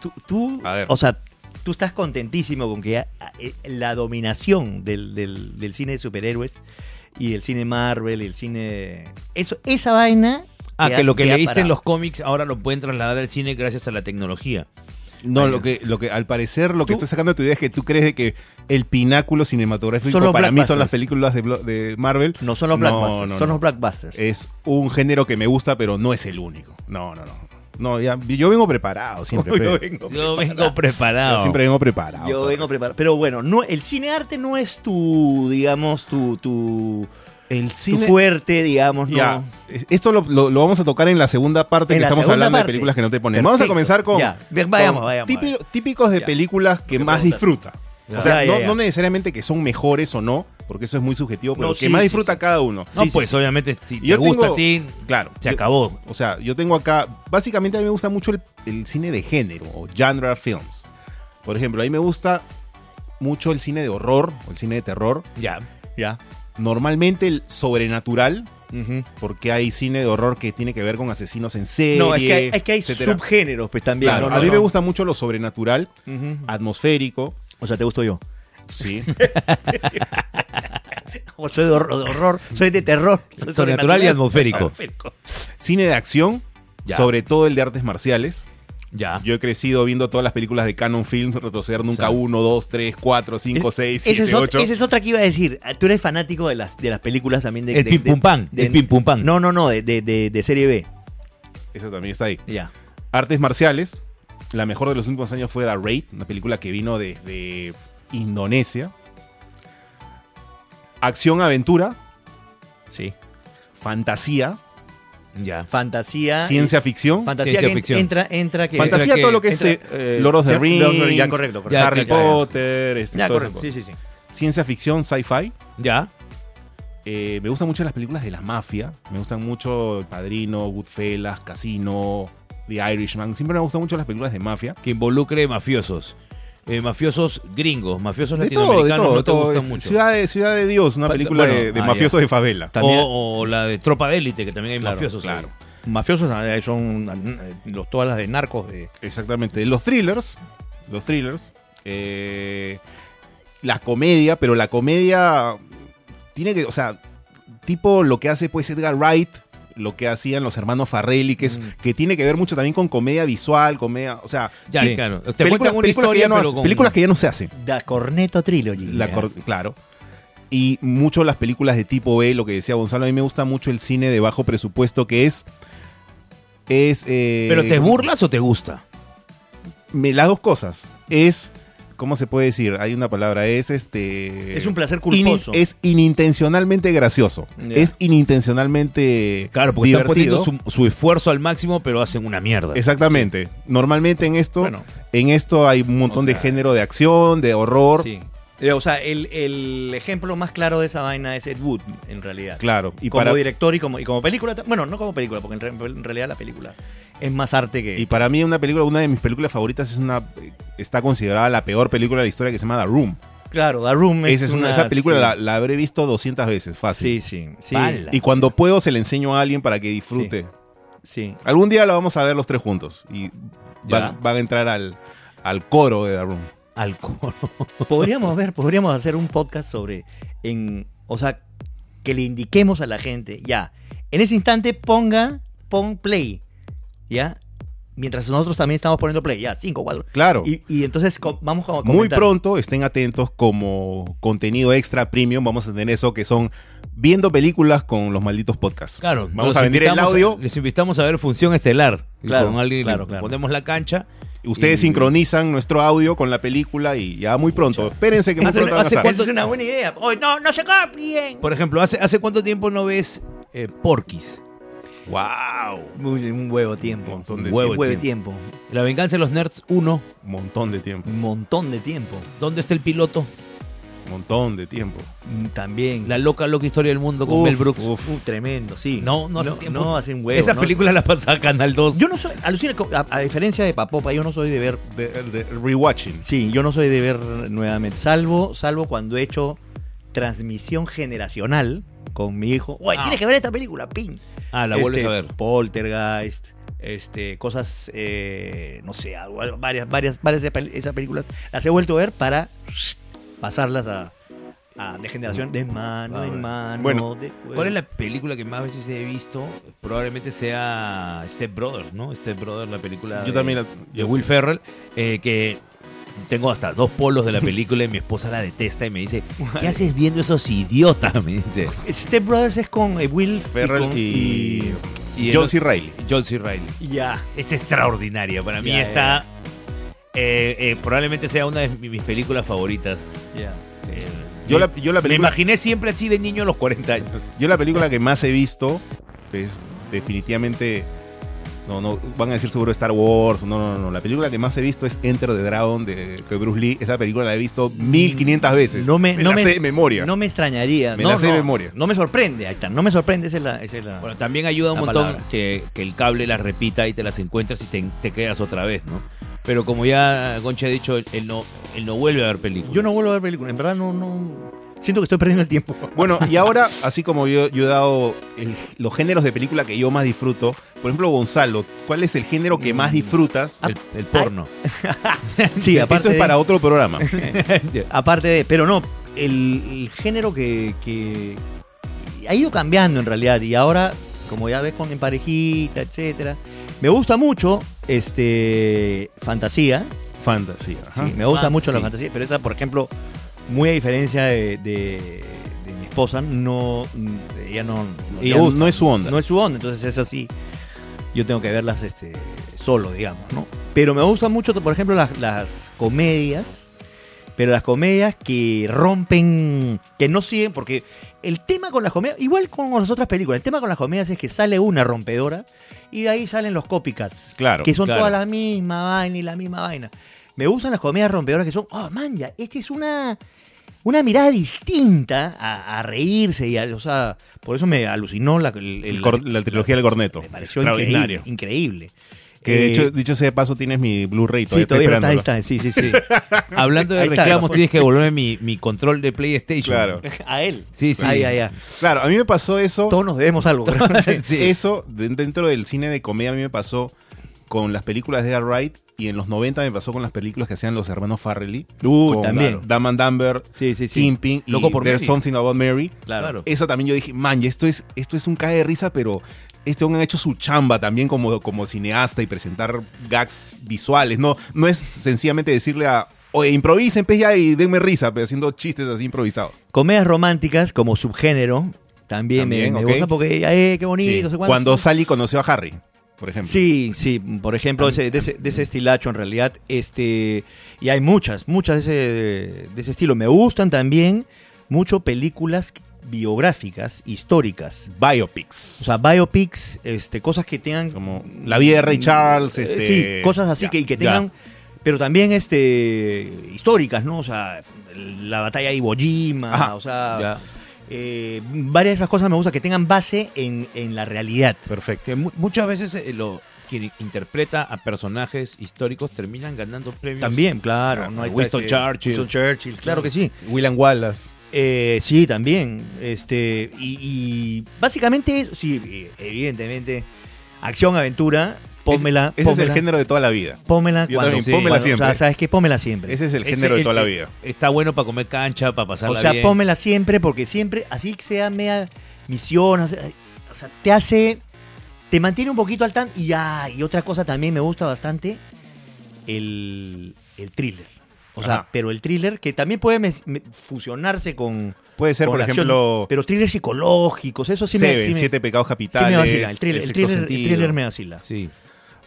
[SPEAKER 2] tú, tú-
[SPEAKER 3] A ver.
[SPEAKER 2] o sea, tú estás contentísimo con que ah, eh, la dominación del, del- del cine de superhéroes y el cine Marvel, el cine... Eso, esa vaina...
[SPEAKER 1] Ah,
[SPEAKER 2] te ha-
[SPEAKER 1] que lo que
[SPEAKER 2] te ha
[SPEAKER 1] leíste en
[SPEAKER 2] parado.
[SPEAKER 1] los cómics ahora lo pueden trasladar al cine gracias a la tecnología.
[SPEAKER 3] No,
[SPEAKER 1] Ay,
[SPEAKER 3] lo
[SPEAKER 1] no.
[SPEAKER 3] que, lo que al parecer lo que
[SPEAKER 2] Tú-
[SPEAKER 3] estoy sacando de tu idea es que tú crees de que el pináculo cinematográfico
[SPEAKER 2] Son los
[SPEAKER 3] para mí son
[SPEAKER 2] blockbusters.
[SPEAKER 3] las películas de, blo- de Marvel.
[SPEAKER 2] No son los
[SPEAKER 3] No,
[SPEAKER 2] blockbusters,
[SPEAKER 3] no,
[SPEAKER 2] son
[SPEAKER 3] no. Eh,
[SPEAKER 2] los blockbusters. *laughs*
[SPEAKER 3] Es un género que me gusta, pero no es el único. No, no, no. No, ya- yo vengo preparado siempre.
[SPEAKER 2] *laughs* Yo
[SPEAKER 3] pero-
[SPEAKER 2] vengo
[SPEAKER 1] Yo vengo preparado.
[SPEAKER 3] Yo siempre vengo preparado.
[SPEAKER 2] Yo
[SPEAKER 3] todo
[SPEAKER 2] vengo
[SPEAKER 3] eso.
[SPEAKER 2] preparado. Pero bueno, no, el cine arte no es tu, digamos, tu, tu,
[SPEAKER 3] El
[SPEAKER 2] tu
[SPEAKER 3] cine.
[SPEAKER 2] fuerte, digamos, no.
[SPEAKER 3] Ya, es- esto lo, lo- lo vamos a tocar en la segunda parte
[SPEAKER 2] En
[SPEAKER 3] que
[SPEAKER 2] la
[SPEAKER 3] estamos
[SPEAKER 2] segunda
[SPEAKER 3] hablando
[SPEAKER 2] parte.
[SPEAKER 3] de películas que no te ponen. Vamos a
[SPEAKER 2] Perfecto.
[SPEAKER 3] comenzar con,
[SPEAKER 2] Ya, ve- vayamos,
[SPEAKER 3] con
[SPEAKER 2] vayamos,
[SPEAKER 3] típi-
[SPEAKER 2] vayamos.
[SPEAKER 3] típicos de
[SPEAKER 2] Ya.
[SPEAKER 3] películas que
[SPEAKER 2] Te
[SPEAKER 3] más
[SPEAKER 2] preguntas.
[SPEAKER 3] disfruta.
[SPEAKER 1] Ya.
[SPEAKER 3] O sea,
[SPEAKER 2] Ya, ya,
[SPEAKER 3] no,
[SPEAKER 2] ya.
[SPEAKER 3] no necesariamente que son mejores o no, porque eso es muy subjetivo, pero
[SPEAKER 2] No,
[SPEAKER 3] que
[SPEAKER 2] sí,
[SPEAKER 3] más
[SPEAKER 2] sí,
[SPEAKER 3] disfruta
[SPEAKER 2] sí.
[SPEAKER 3] cada uno.
[SPEAKER 1] No,
[SPEAKER 2] Sí, sí,
[SPEAKER 1] pues
[SPEAKER 2] sí.
[SPEAKER 1] obviamente si te
[SPEAKER 3] Yo
[SPEAKER 1] gusta
[SPEAKER 3] tengo-
[SPEAKER 1] a ti,
[SPEAKER 3] Claro.
[SPEAKER 1] se
[SPEAKER 3] yo-
[SPEAKER 1] acabó.
[SPEAKER 3] o sea, yo tengo acá, básicamente a mí me gusta mucho el, el cine de género o genre films. Por ejemplo, a mí me gusta mucho el cine de horror o el cine de terror.
[SPEAKER 1] Ya.
[SPEAKER 2] Ya.
[SPEAKER 3] Normalmente el sobrenatural,
[SPEAKER 2] Ujú.
[SPEAKER 3] porque hay cine de horror que tiene que ver con asesinos en serie.
[SPEAKER 2] No, es que hay, es que hay
[SPEAKER 3] etcétera.
[SPEAKER 2] subgéneros, pues también.
[SPEAKER 3] Claro,
[SPEAKER 2] ¿no?
[SPEAKER 3] a
[SPEAKER 2] No,
[SPEAKER 3] mí
[SPEAKER 2] no.
[SPEAKER 3] me gusta mucho lo sobrenatural,
[SPEAKER 2] Ujú.
[SPEAKER 3] atmosférico.
[SPEAKER 2] O sea, te gusto *laughs* yo.
[SPEAKER 3] Sí.
[SPEAKER 2] O soy de hor- de horror, soy de terror. soy
[SPEAKER 1] Sobrenatural y
[SPEAKER 3] *laughs*
[SPEAKER 1] atmosférico.
[SPEAKER 2] atmosférico.
[SPEAKER 3] cine de acción,
[SPEAKER 1] Ya.
[SPEAKER 3] sobre todo el de artes marciales.
[SPEAKER 1] Ya.
[SPEAKER 3] Yo he crecido viendo todas las películas de Canon Films, retroceder nunca
[SPEAKER 1] Sí.
[SPEAKER 3] 1, 2, 3, 4, 5,
[SPEAKER 2] Es-
[SPEAKER 3] 6,
[SPEAKER 2] esa,
[SPEAKER 3] 7,
[SPEAKER 2] es otra,
[SPEAKER 3] 8.
[SPEAKER 2] esa es otra que iba a decir. Ah, Tú eres fanático de las, de las películas también de.
[SPEAKER 1] El
[SPEAKER 2] de-
[SPEAKER 1] pim
[SPEAKER 2] de-
[SPEAKER 1] pum pam,
[SPEAKER 2] de-
[SPEAKER 1] el pim pum pam.
[SPEAKER 2] No, no, no, de, de- de- de serie B.
[SPEAKER 3] Eso también está ahí.
[SPEAKER 2] Ya.
[SPEAKER 3] Artes marciales. La mejor de los últimos años fue The Raid, una película que vino desde Indonesia. Acción, aventura,
[SPEAKER 2] Sí.
[SPEAKER 3] fantasía,
[SPEAKER 1] Ya.
[SPEAKER 2] Fantasía.
[SPEAKER 3] ciencia ficción.
[SPEAKER 2] Fantasía
[SPEAKER 1] Ciencia
[SPEAKER 2] que en-
[SPEAKER 1] ficción.
[SPEAKER 2] entra, entra que.
[SPEAKER 3] fantasía,
[SPEAKER 1] Entra que-
[SPEAKER 3] todo lo que es
[SPEAKER 2] entra,
[SPEAKER 3] eh,
[SPEAKER 2] eh,
[SPEAKER 3] Lord of the
[SPEAKER 2] sí,
[SPEAKER 3] Rings,
[SPEAKER 2] Lord of the Rings, ya, correcto, correcto.
[SPEAKER 3] Harry
[SPEAKER 1] Ya, ya, ya.
[SPEAKER 3] Potter, este,
[SPEAKER 2] Ya,
[SPEAKER 3] todo
[SPEAKER 2] correcto.
[SPEAKER 3] eso.
[SPEAKER 2] Sí, sí, sí.
[SPEAKER 3] ciencia ficción, sci-fi.
[SPEAKER 1] Ya.
[SPEAKER 3] Eh, me gustan mucho las películas de la mafia. Me gustan mucho El Padrino, Goodfellas, Casino, The Irishman. Siempre me gustan mucho las películas de mafia.
[SPEAKER 1] Que involucre mafiosos. Eh, mafiosos gringos, mafiosos
[SPEAKER 3] De todo, de
[SPEAKER 1] latinoamericanos
[SPEAKER 3] todo.
[SPEAKER 1] no
[SPEAKER 3] de
[SPEAKER 1] te
[SPEAKER 3] todo.
[SPEAKER 1] gustan
[SPEAKER 3] Este,
[SPEAKER 1] mucho.
[SPEAKER 3] Ciudad, de, Ciudad de Dios, una
[SPEAKER 1] Fa-
[SPEAKER 3] película
[SPEAKER 1] bueno,
[SPEAKER 3] de, de
[SPEAKER 1] ah,
[SPEAKER 3] mafiosos de favela.
[SPEAKER 2] También-
[SPEAKER 1] O, o la de tropa de élite, que también hay
[SPEAKER 2] Claro,
[SPEAKER 1] mafiosos. ahí.
[SPEAKER 3] Claro,
[SPEAKER 2] Mafiosos eh, son eh, los, todas las de narcos.
[SPEAKER 3] Eh,
[SPEAKER 2] De...
[SPEAKER 3] exactamente. Los thrillers, los thrillers, eh, la comedia, pero la comedia tiene que, o sea, tipo lo que hace pues Edgar Wright, lo que hacían los hermanos Farrelly, que, es,
[SPEAKER 2] Mm.
[SPEAKER 3] que tiene que ver mucho también con comedia visual, comedia, o sea,
[SPEAKER 1] Ya,
[SPEAKER 3] sí,
[SPEAKER 1] claro. Te
[SPEAKER 3] películas,
[SPEAKER 1] cuentan una
[SPEAKER 3] películas que
[SPEAKER 1] historia,
[SPEAKER 3] ya no
[SPEAKER 1] pero
[SPEAKER 3] hace-
[SPEAKER 1] con-
[SPEAKER 3] películas que ya no se hacen.
[SPEAKER 2] Da Corneto Trilogy.
[SPEAKER 3] La cor- claro. Y mucho las películas de tipo B, lo que decía Gonzalo, a mí me gusta mucho el cine de bajo presupuesto que es... es eh,
[SPEAKER 1] ¿Pero te burlas o te gusta?
[SPEAKER 3] me- las dos cosas. Es... ¿Cómo se puede decir? Hay una palabra, es este...
[SPEAKER 2] es un placer culposo.
[SPEAKER 3] ini- es inintencionalmente gracioso.
[SPEAKER 2] Ya.
[SPEAKER 3] Es inintencionalmente
[SPEAKER 1] Claro, porque
[SPEAKER 3] divertido.
[SPEAKER 1] están poniendo su, su esfuerzo al máximo, pero hacen una mierda.
[SPEAKER 3] Exactamente. Normalmente en esto,
[SPEAKER 2] Bueno,
[SPEAKER 3] en esto hay un montón
[SPEAKER 2] O
[SPEAKER 3] de
[SPEAKER 2] sea,
[SPEAKER 3] género de acción, de horror.
[SPEAKER 2] sí. Eh, O sea, el, el ejemplo más claro de esa vaina es Ed Wood, en realidad.
[SPEAKER 3] Claro. Y
[SPEAKER 2] como
[SPEAKER 3] para,
[SPEAKER 2] director y como, y como película. ta- Bueno, no como película, porque en, re- en realidad la película es más arte que.
[SPEAKER 3] Y para mí una película, una de mis películas favoritas es una está considerada la peor película de la historia que se llama The Room.
[SPEAKER 2] claro, The Room es.
[SPEAKER 3] Esa, es una, esa película
[SPEAKER 2] sí.
[SPEAKER 3] la, la habré visto 200 veces, fácil.
[SPEAKER 2] Sí, sí. sí,
[SPEAKER 1] Pala.
[SPEAKER 3] Y cuando puedo se la enseño a alguien para que disfrute.
[SPEAKER 2] sí.
[SPEAKER 3] Algún día la vamos a ver los tres juntos y
[SPEAKER 1] Ya.
[SPEAKER 3] van, van a entrar al, al coro de The Room.
[SPEAKER 1] Alcohol.
[SPEAKER 2] *laughs* Podríamos ver, podríamos hacer un podcast sobre, en, o sea, que le indiquemos a la gente, ya, en ese instante ponga, pon play, ya, mientras nosotros también estamos poniendo play, ya, cinco, cuatro.
[SPEAKER 3] Claro.
[SPEAKER 2] Y, y entonces co- vamos a comentar.
[SPEAKER 3] Muy pronto, estén atentos, como contenido extra premium, vamos a tener eso que son viendo películas con los malditos podcasts.
[SPEAKER 1] Claro.
[SPEAKER 3] Vamos
[SPEAKER 1] los
[SPEAKER 3] a vender el
[SPEAKER 1] invitamos
[SPEAKER 3] audio.
[SPEAKER 1] les invitamos a ver Función Estelar. Y
[SPEAKER 2] Claro,
[SPEAKER 1] con alguien le
[SPEAKER 2] claro, claro.
[SPEAKER 1] Ponemos la cancha.
[SPEAKER 3] Ustedes
[SPEAKER 1] Y-
[SPEAKER 3] sincronizan nuestro audio con la película y ya muy pronto. Espérense que muy
[SPEAKER 2] Hace-
[SPEAKER 3] pronto van a
[SPEAKER 2] hace
[SPEAKER 3] estar.
[SPEAKER 2] cuánto- es una buena idea. Hoy no, no se copien.
[SPEAKER 1] Por ejemplo, ¿hace, hace cuánto tiempo no ves eh, Porky's?
[SPEAKER 3] ¡Wow!
[SPEAKER 2] Muy- un huevo de tiempo.
[SPEAKER 3] Un montón de
[SPEAKER 2] un huevo
[SPEAKER 1] tiempo.
[SPEAKER 2] de tiempo.
[SPEAKER 1] La venganza de los nerds 1.
[SPEAKER 3] Montón de tiempo.
[SPEAKER 2] Un montón de tiempo.
[SPEAKER 1] ¿Dónde está el piloto?
[SPEAKER 3] Montón de tiempo.
[SPEAKER 2] Mm, También.
[SPEAKER 1] La loca, loca historia del mundo con
[SPEAKER 2] Uf,
[SPEAKER 1] Mel Brooks.
[SPEAKER 2] uf, uf, tremendo, sí.
[SPEAKER 1] No, no hace tiempo.
[SPEAKER 2] No, hace un huevo.
[SPEAKER 1] Esa
[SPEAKER 2] no.
[SPEAKER 1] película la pasaba a Canal 2.
[SPEAKER 2] Yo no soy, alucina, a, a diferencia de Papopa, yo no soy de ver,
[SPEAKER 3] De, de rewatching.
[SPEAKER 2] sí, yo no soy de ver nuevamente, salvo, salvo cuando he hecho transmisión generacional con mi hijo. Oye,
[SPEAKER 1] Ah.
[SPEAKER 2] tienes que ver esta película, pin.
[SPEAKER 1] Ah, la
[SPEAKER 2] Este,
[SPEAKER 1] vuelves a ver.
[SPEAKER 2] Poltergeist, este, cosas, eh, no sé, algo- algo- varias, varias, varias de pel- esas películas. Las he vuelto a ver para pasarlas a, a- de generación de mano
[SPEAKER 1] Ahora.
[SPEAKER 2] en mano.
[SPEAKER 3] Bueno,
[SPEAKER 2] de-
[SPEAKER 1] ¿Cuál es la película que más veces he visto? Probablemente sea Step Brothers, ¿no? Step Brothers, la película
[SPEAKER 3] Yo
[SPEAKER 1] de,
[SPEAKER 3] también la-
[SPEAKER 1] de Will Ferrell, eh, que tengo hasta dos polos de la película y mi esposa la detesta y me dice, ¿qué haces viendo esos idiotas? *laughs* Me dice.
[SPEAKER 2] Step Brothers es con eh, Will
[SPEAKER 3] Ferrell
[SPEAKER 2] con-
[SPEAKER 3] y,
[SPEAKER 1] y- y
[SPEAKER 3] John
[SPEAKER 1] el-
[SPEAKER 3] C. Reilly.
[SPEAKER 1] John C. Reilly.
[SPEAKER 2] Ya.
[SPEAKER 1] Es extraordinaria, para mí
[SPEAKER 2] Ya,
[SPEAKER 1] está... eh, eh, probablemente sea una de mi- mis películas favoritas. Eh,
[SPEAKER 3] Yo la, yo la
[SPEAKER 1] me
[SPEAKER 3] película,
[SPEAKER 1] imaginé siempre así de niño a los 40 años.
[SPEAKER 3] yo la película que más he visto es definitivamente no no van a decir seguro Star Wars, no no no, la película que más he visto es Enter the Dragon de de Bruce Lee, esa película la he visto 1500 veces.
[SPEAKER 2] No me-
[SPEAKER 3] me
[SPEAKER 2] no
[SPEAKER 3] la
[SPEAKER 2] me-
[SPEAKER 3] sé de memoria.
[SPEAKER 2] No me extrañaría.
[SPEAKER 3] Me
[SPEAKER 2] no,
[SPEAKER 3] la sé de
[SPEAKER 2] no,
[SPEAKER 3] memoria.
[SPEAKER 2] No me sorprende, ahí está. No me sorprende, esa es la. esa es la-
[SPEAKER 1] Bueno, también ayuda un
[SPEAKER 2] La
[SPEAKER 1] montón
[SPEAKER 2] palabra.
[SPEAKER 1] que, que el cable las repita y te las encuentras y te, te quedas otra vez, ¿no? Pero como ya Goncha ha dicho, él, él no, él no vuelve a ver películas.
[SPEAKER 2] yo no vuelvo a ver películas. En verdad, no, no. Siento que estoy perdiendo
[SPEAKER 1] *laughs*
[SPEAKER 2] el tiempo.
[SPEAKER 3] Bueno, y ahora, así como yo, yo he dado el- los géneros de película que yo más disfruto, por ejemplo, Gonzalo, ¿cuál es el género que más disfrutas?
[SPEAKER 1] El, el porno.
[SPEAKER 2] Mm. Ah, sí, aparte.
[SPEAKER 3] Eso es
[SPEAKER 2] de-
[SPEAKER 3] para otro programa.
[SPEAKER 2] Aparte de. Pero no, el, el género que, que ha ido cambiando en realidad. Y ahora, como ya ves con en parejita, etcétera. Me gusta mucho este *laughs* fantasía.
[SPEAKER 3] Fantasía.
[SPEAKER 2] Sí,
[SPEAKER 3] ajá.
[SPEAKER 2] me gusta
[SPEAKER 1] Ah,
[SPEAKER 2] mucho la
[SPEAKER 1] sí.
[SPEAKER 2] fantasía. Pero esa, por ejemplo, muy a diferencia de, de- de mi esposa, no. Ella no. no le
[SPEAKER 3] Ella
[SPEAKER 2] gusta.
[SPEAKER 3] no es su onda.
[SPEAKER 2] No es su onda, entonces es así. Yo tengo que verlas este, solo, digamos, ¿no? Pero me gustan mucho, por ejemplo, las, las comedias. Pero las comedias que rompen, que no siguen, porque el tema con las comedias, igual con las otras películas, el tema con las comedias es que sale una rompedora y de ahí salen los copycats.
[SPEAKER 3] Claro,
[SPEAKER 2] Que son
[SPEAKER 1] claro.
[SPEAKER 2] todas la misma vaina y la misma vaina. Me gustan las comedias rompedoras que son, oh, man, ya, esta es una, una mirada distinta a, a reírse y a, o sea, por eso me alucinó la, el-
[SPEAKER 3] El
[SPEAKER 2] el-
[SPEAKER 3] cor- la trilogía del corneto.
[SPEAKER 2] me pareció
[SPEAKER 3] Extraordinario.
[SPEAKER 2] increíble. increíble.
[SPEAKER 3] Que de
[SPEAKER 2] Eh,
[SPEAKER 3] hecho, dicho sea de paso, tienes mi Blu-ray todavía.
[SPEAKER 2] sí,
[SPEAKER 3] estoy
[SPEAKER 2] todavía está,
[SPEAKER 3] esperándolo.
[SPEAKER 2] ahí está, sí, sí, sí.
[SPEAKER 3] *laughs*
[SPEAKER 1] Hablando de
[SPEAKER 2] Ahí está,
[SPEAKER 1] reclamos,
[SPEAKER 2] la-
[SPEAKER 1] tienes que devolverme mi, mi control de PlayStation.
[SPEAKER 3] Claro. *laughs*
[SPEAKER 2] a él.
[SPEAKER 1] Sí, sí.
[SPEAKER 2] Ay, ay, ay.
[SPEAKER 3] Claro, a mí me pasó eso.
[SPEAKER 2] Todos nos debemos algo. Sí.
[SPEAKER 1] Sí.
[SPEAKER 3] Eso de- dentro del cine de comedia a mí me pasó con las películas de Edgar Wright y en los 90 me pasó con las películas que hacían los hermanos Farrelly.
[SPEAKER 2] Uh,
[SPEAKER 3] con
[SPEAKER 2] también.
[SPEAKER 3] Dumb and Dumber,
[SPEAKER 2] Sí, sí, sí.
[SPEAKER 3] Kingpin y
[SPEAKER 1] Loco por
[SPEAKER 3] There's
[SPEAKER 1] Mary.
[SPEAKER 3] Something About Mary.
[SPEAKER 1] Claro.
[SPEAKER 3] Esa también yo dije, man, ya esto es, esto es un cae de risa, pero este hombre ha hecho su chamba también como, como cineasta y presentar gags visuales. No, no es sencillamente decirle a, oye, improvisen, pues ya y denme risa, pero haciendo chistes así improvisados.
[SPEAKER 2] Comedias románticas como subgénero también, me-
[SPEAKER 3] También,
[SPEAKER 2] me,
[SPEAKER 3] ok.
[SPEAKER 2] gusta porque, ay, qué bonito, no sé cuánto.
[SPEAKER 3] Cuando Sally conoció a Harry, por ejemplo.
[SPEAKER 2] Sí, sí, por ejemplo, ese- de, ese, de ese estilacho en realidad, este, y hay muchas, muchas de ese, de ese estilo. Me gustan también mucho películas biográficas, históricas.
[SPEAKER 3] Biopics.
[SPEAKER 2] O sea, biopics, este, cosas que tengan...
[SPEAKER 3] como la vida de Ray Charles,
[SPEAKER 2] Eh,
[SPEAKER 3] este,
[SPEAKER 2] sí, cosas así
[SPEAKER 3] ya,
[SPEAKER 2] que, y que
[SPEAKER 3] ya.
[SPEAKER 2] tengan... Pero también este, históricas, ¿no? O sea, la batalla de Iwo Jima,
[SPEAKER 3] Ajá,
[SPEAKER 2] o sea...
[SPEAKER 1] Ya.
[SPEAKER 2] eh, varias de esas cosas me gusta que tengan base en, en la realidad.
[SPEAKER 1] Perfecto. muchas veces eh, lo, quien interpreta a personajes históricos terminan ganando premios.
[SPEAKER 2] También, claro.
[SPEAKER 1] Ah,
[SPEAKER 2] no hay
[SPEAKER 1] Winston
[SPEAKER 2] que-
[SPEAKER 1] Churchill.
[SPEAKER 2] Winston Churchill, claro que sí.
[SPEAKER 3] William Wallace.
[SPEAKER 2] Eh, sí, también. Este, y, y básicamente, sí, evidentemente, acción, aventura, pómela.
[SPEAKER 3] Ese, ese es
[SPEAKER 2] pómela,
[SPEAKER 3] el género de toda la vida.
[SPEAKER 2] Pómela
[SPEAKER 3] Yo
[SPEAKER 2] cuando,
[SPEAKER 3] también,
[SPEAKER 2] sí,
[SPEAKER 3] pómela
[SPEAKER 2] cuando-
[SPEAKER 3] siempre.
[SPEAKER 2] O sea, sabes que pómela siempre.
[SPEAKER 3] Ese es el
[SPEAKER 1] Ese-
[SPEAKER 3] género de
[SPEAKER 1] el-
[SPEAKER 3] toda la vida.
[SPEAKER 1] Está bueno para comer cancha, para pasar
[SPEAKER 2] o sea, pómela siempre porque siempre, así que sea media misión, o sea, o sea, te hace, te mantiene un poquito al tanto. Y, ah, y otra cosa también me gusta bastante, el, el thriller. O sea,
[SPEAKER 3] Ajá.
[SPEAKER 2] pero el thriller que también puede mes- me- fusionarse con,
[SPEAKER 3] Puede ser,
[SPEAKER 2] con
[SPEAKER 3] por
[SPEAKER 2] la acción,
[SPEAKER 3] ejemplo,
[SPEAKER 2] pero thrillers psicológicos, eso sí me,
[SPEAKER 3] Seven,
[SPEAKER 2] sí me-
[SPEAKER 3] Siete Pecados
[SPEAKER 2] sí me
[SPEAKER 3] Capitales.
[SPEAKER 2] vacila. El thriller, el,
[SPEAKER 3] Sexto
[SPEAKER 2] thriller, el
[SPEAKER 3] Sentido.
[SPEAKER 2] thriller me vacila.
[SPEAKER 1] Sí.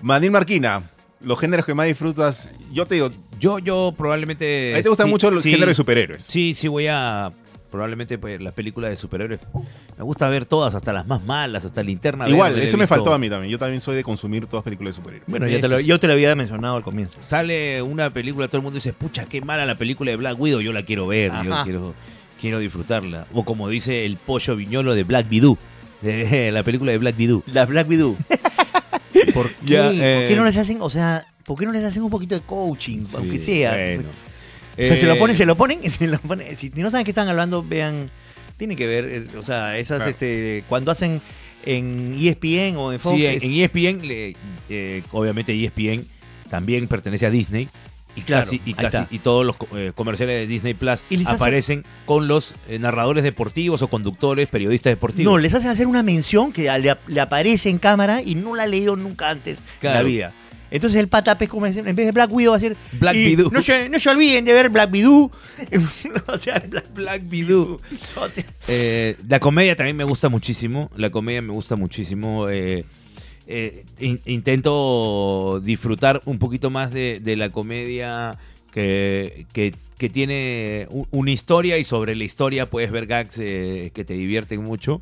[SPEAKER 3] Manil Marquina, los géneros que más disfrutas, yo te digo,
[SPEAKER 1] Yo, yo probablemente.
[SPEAKER 3] a ti te gustan
[SPEAKER 1] Eh, sí,
[SPEAKER 3] mucho los
[SPEAKER 1] sí.
[SPEAKER 3] géneros de superhéroes.
[SPEAKER 1] Sí, sí, voy a. Probablemente pues, las películas de superhéroes. Me gusta ver todas, hasta las más malas, hasta Linterna
[SPEAKER 3] Igual,
[SPEAKER 1] Verde,
[SPEAKER 3] eso
[SPEAKER 1] he
[SPEAKER 3] me
[SPEAKER 1] visto.
[SPEAKER 3] faltó a mí también. Yo también soy de consumir todas películas de superhéroes.
[SPEAKER 2] Bueno, ya te lo- yo te lo había mencionado al comienzo.
[SPEAKER 1] Sale una película, todo el mundo dice, pucha, qué mala la película de Black Widow, yo la quiero ver, yo
[SPEAKER 2] Ajá.
[SPEAKER 1] quiero, quiero disfrutarla. O como dice el pollo viñolo de Black Widow, *laughs* de la película de Black Widow.
[SPEAKER 2] Las Black
[SPEAKER 1] *laughs*
[SPEAKER 2] Widow. ¿Por qué?
[SPEAKER 3] Ya,
[SPEAKER 2] ¿Por
[SPEAKER 3] eh.
[SPEAKER 2] qué no les hacen, o sea, por qué no les hacen un poquito de coaching, aunque
[SPEAKER 1] Sí,
[SPEAKER 2] sea? pues,
[SPEAKER 1] bueno.
[SPEAKER 2] O sea, se lo
[SPEAKER 1] Eh,
[SPEAKER 2] ponen, se lo ponen, *laughs* se lo ponen. Si no saben qué están hablando, vean, tienen que ver, eh, o sea, esas,
[SPEAKER 3] Claro.
[SPEAKER 2] este, cuando hacen en ESPN o en Fox. este,
[SPEAKER 1] Sí,
[SPEAKER 2] es-
[SPEAKER 1] en, E en ESPN, le- eh, obviamente ESPN también pertenece a Disney. Y
[SPEAKER 2] Claro,
[SPEAKER 1] casi, y,
[SPEAKER 2] ahí
[SPEAKER 1] casi-
[SPEAKER 2] está.
[SPEAKER 1] y todos los co- eh, comerciales de Disney Plus
[SPEAKER 2] Y les hace-
[SPEAKER 1] aparecen con los eh, narradores deportivos o conductores, periodistas deportivos.
[SPEAKER 2] No, les hacen hacer una mención que a- le, ap- le aparece en cámara y no la ha leído nunca antes en la
[SPEAKER 1] Claro.
[SPEAKER 2] vida. Entonces el patape como decir, en vez de Black Widow va a decir
[SPEAKER 1] Black
[SPEAKER 2] y
[SPEAKER 1] Widow.
[SPEAKER 2] No se, no se olviden de ver
[SPEAKER 1] *laughs*
[SPEAKER 2] Black Widow. *laughs* o sea, Black, Black Widow. O sea,
[SPEAKER 1] Eh, la comedia también me gusta muchísimo. La comedia me gusta muchísimo. eh, eh, in- intento disfrutar un poquito más de, de la comedia que, que- que tiene u- una historia y sobre la historia puedes ver gags eh, que te divierten mucho.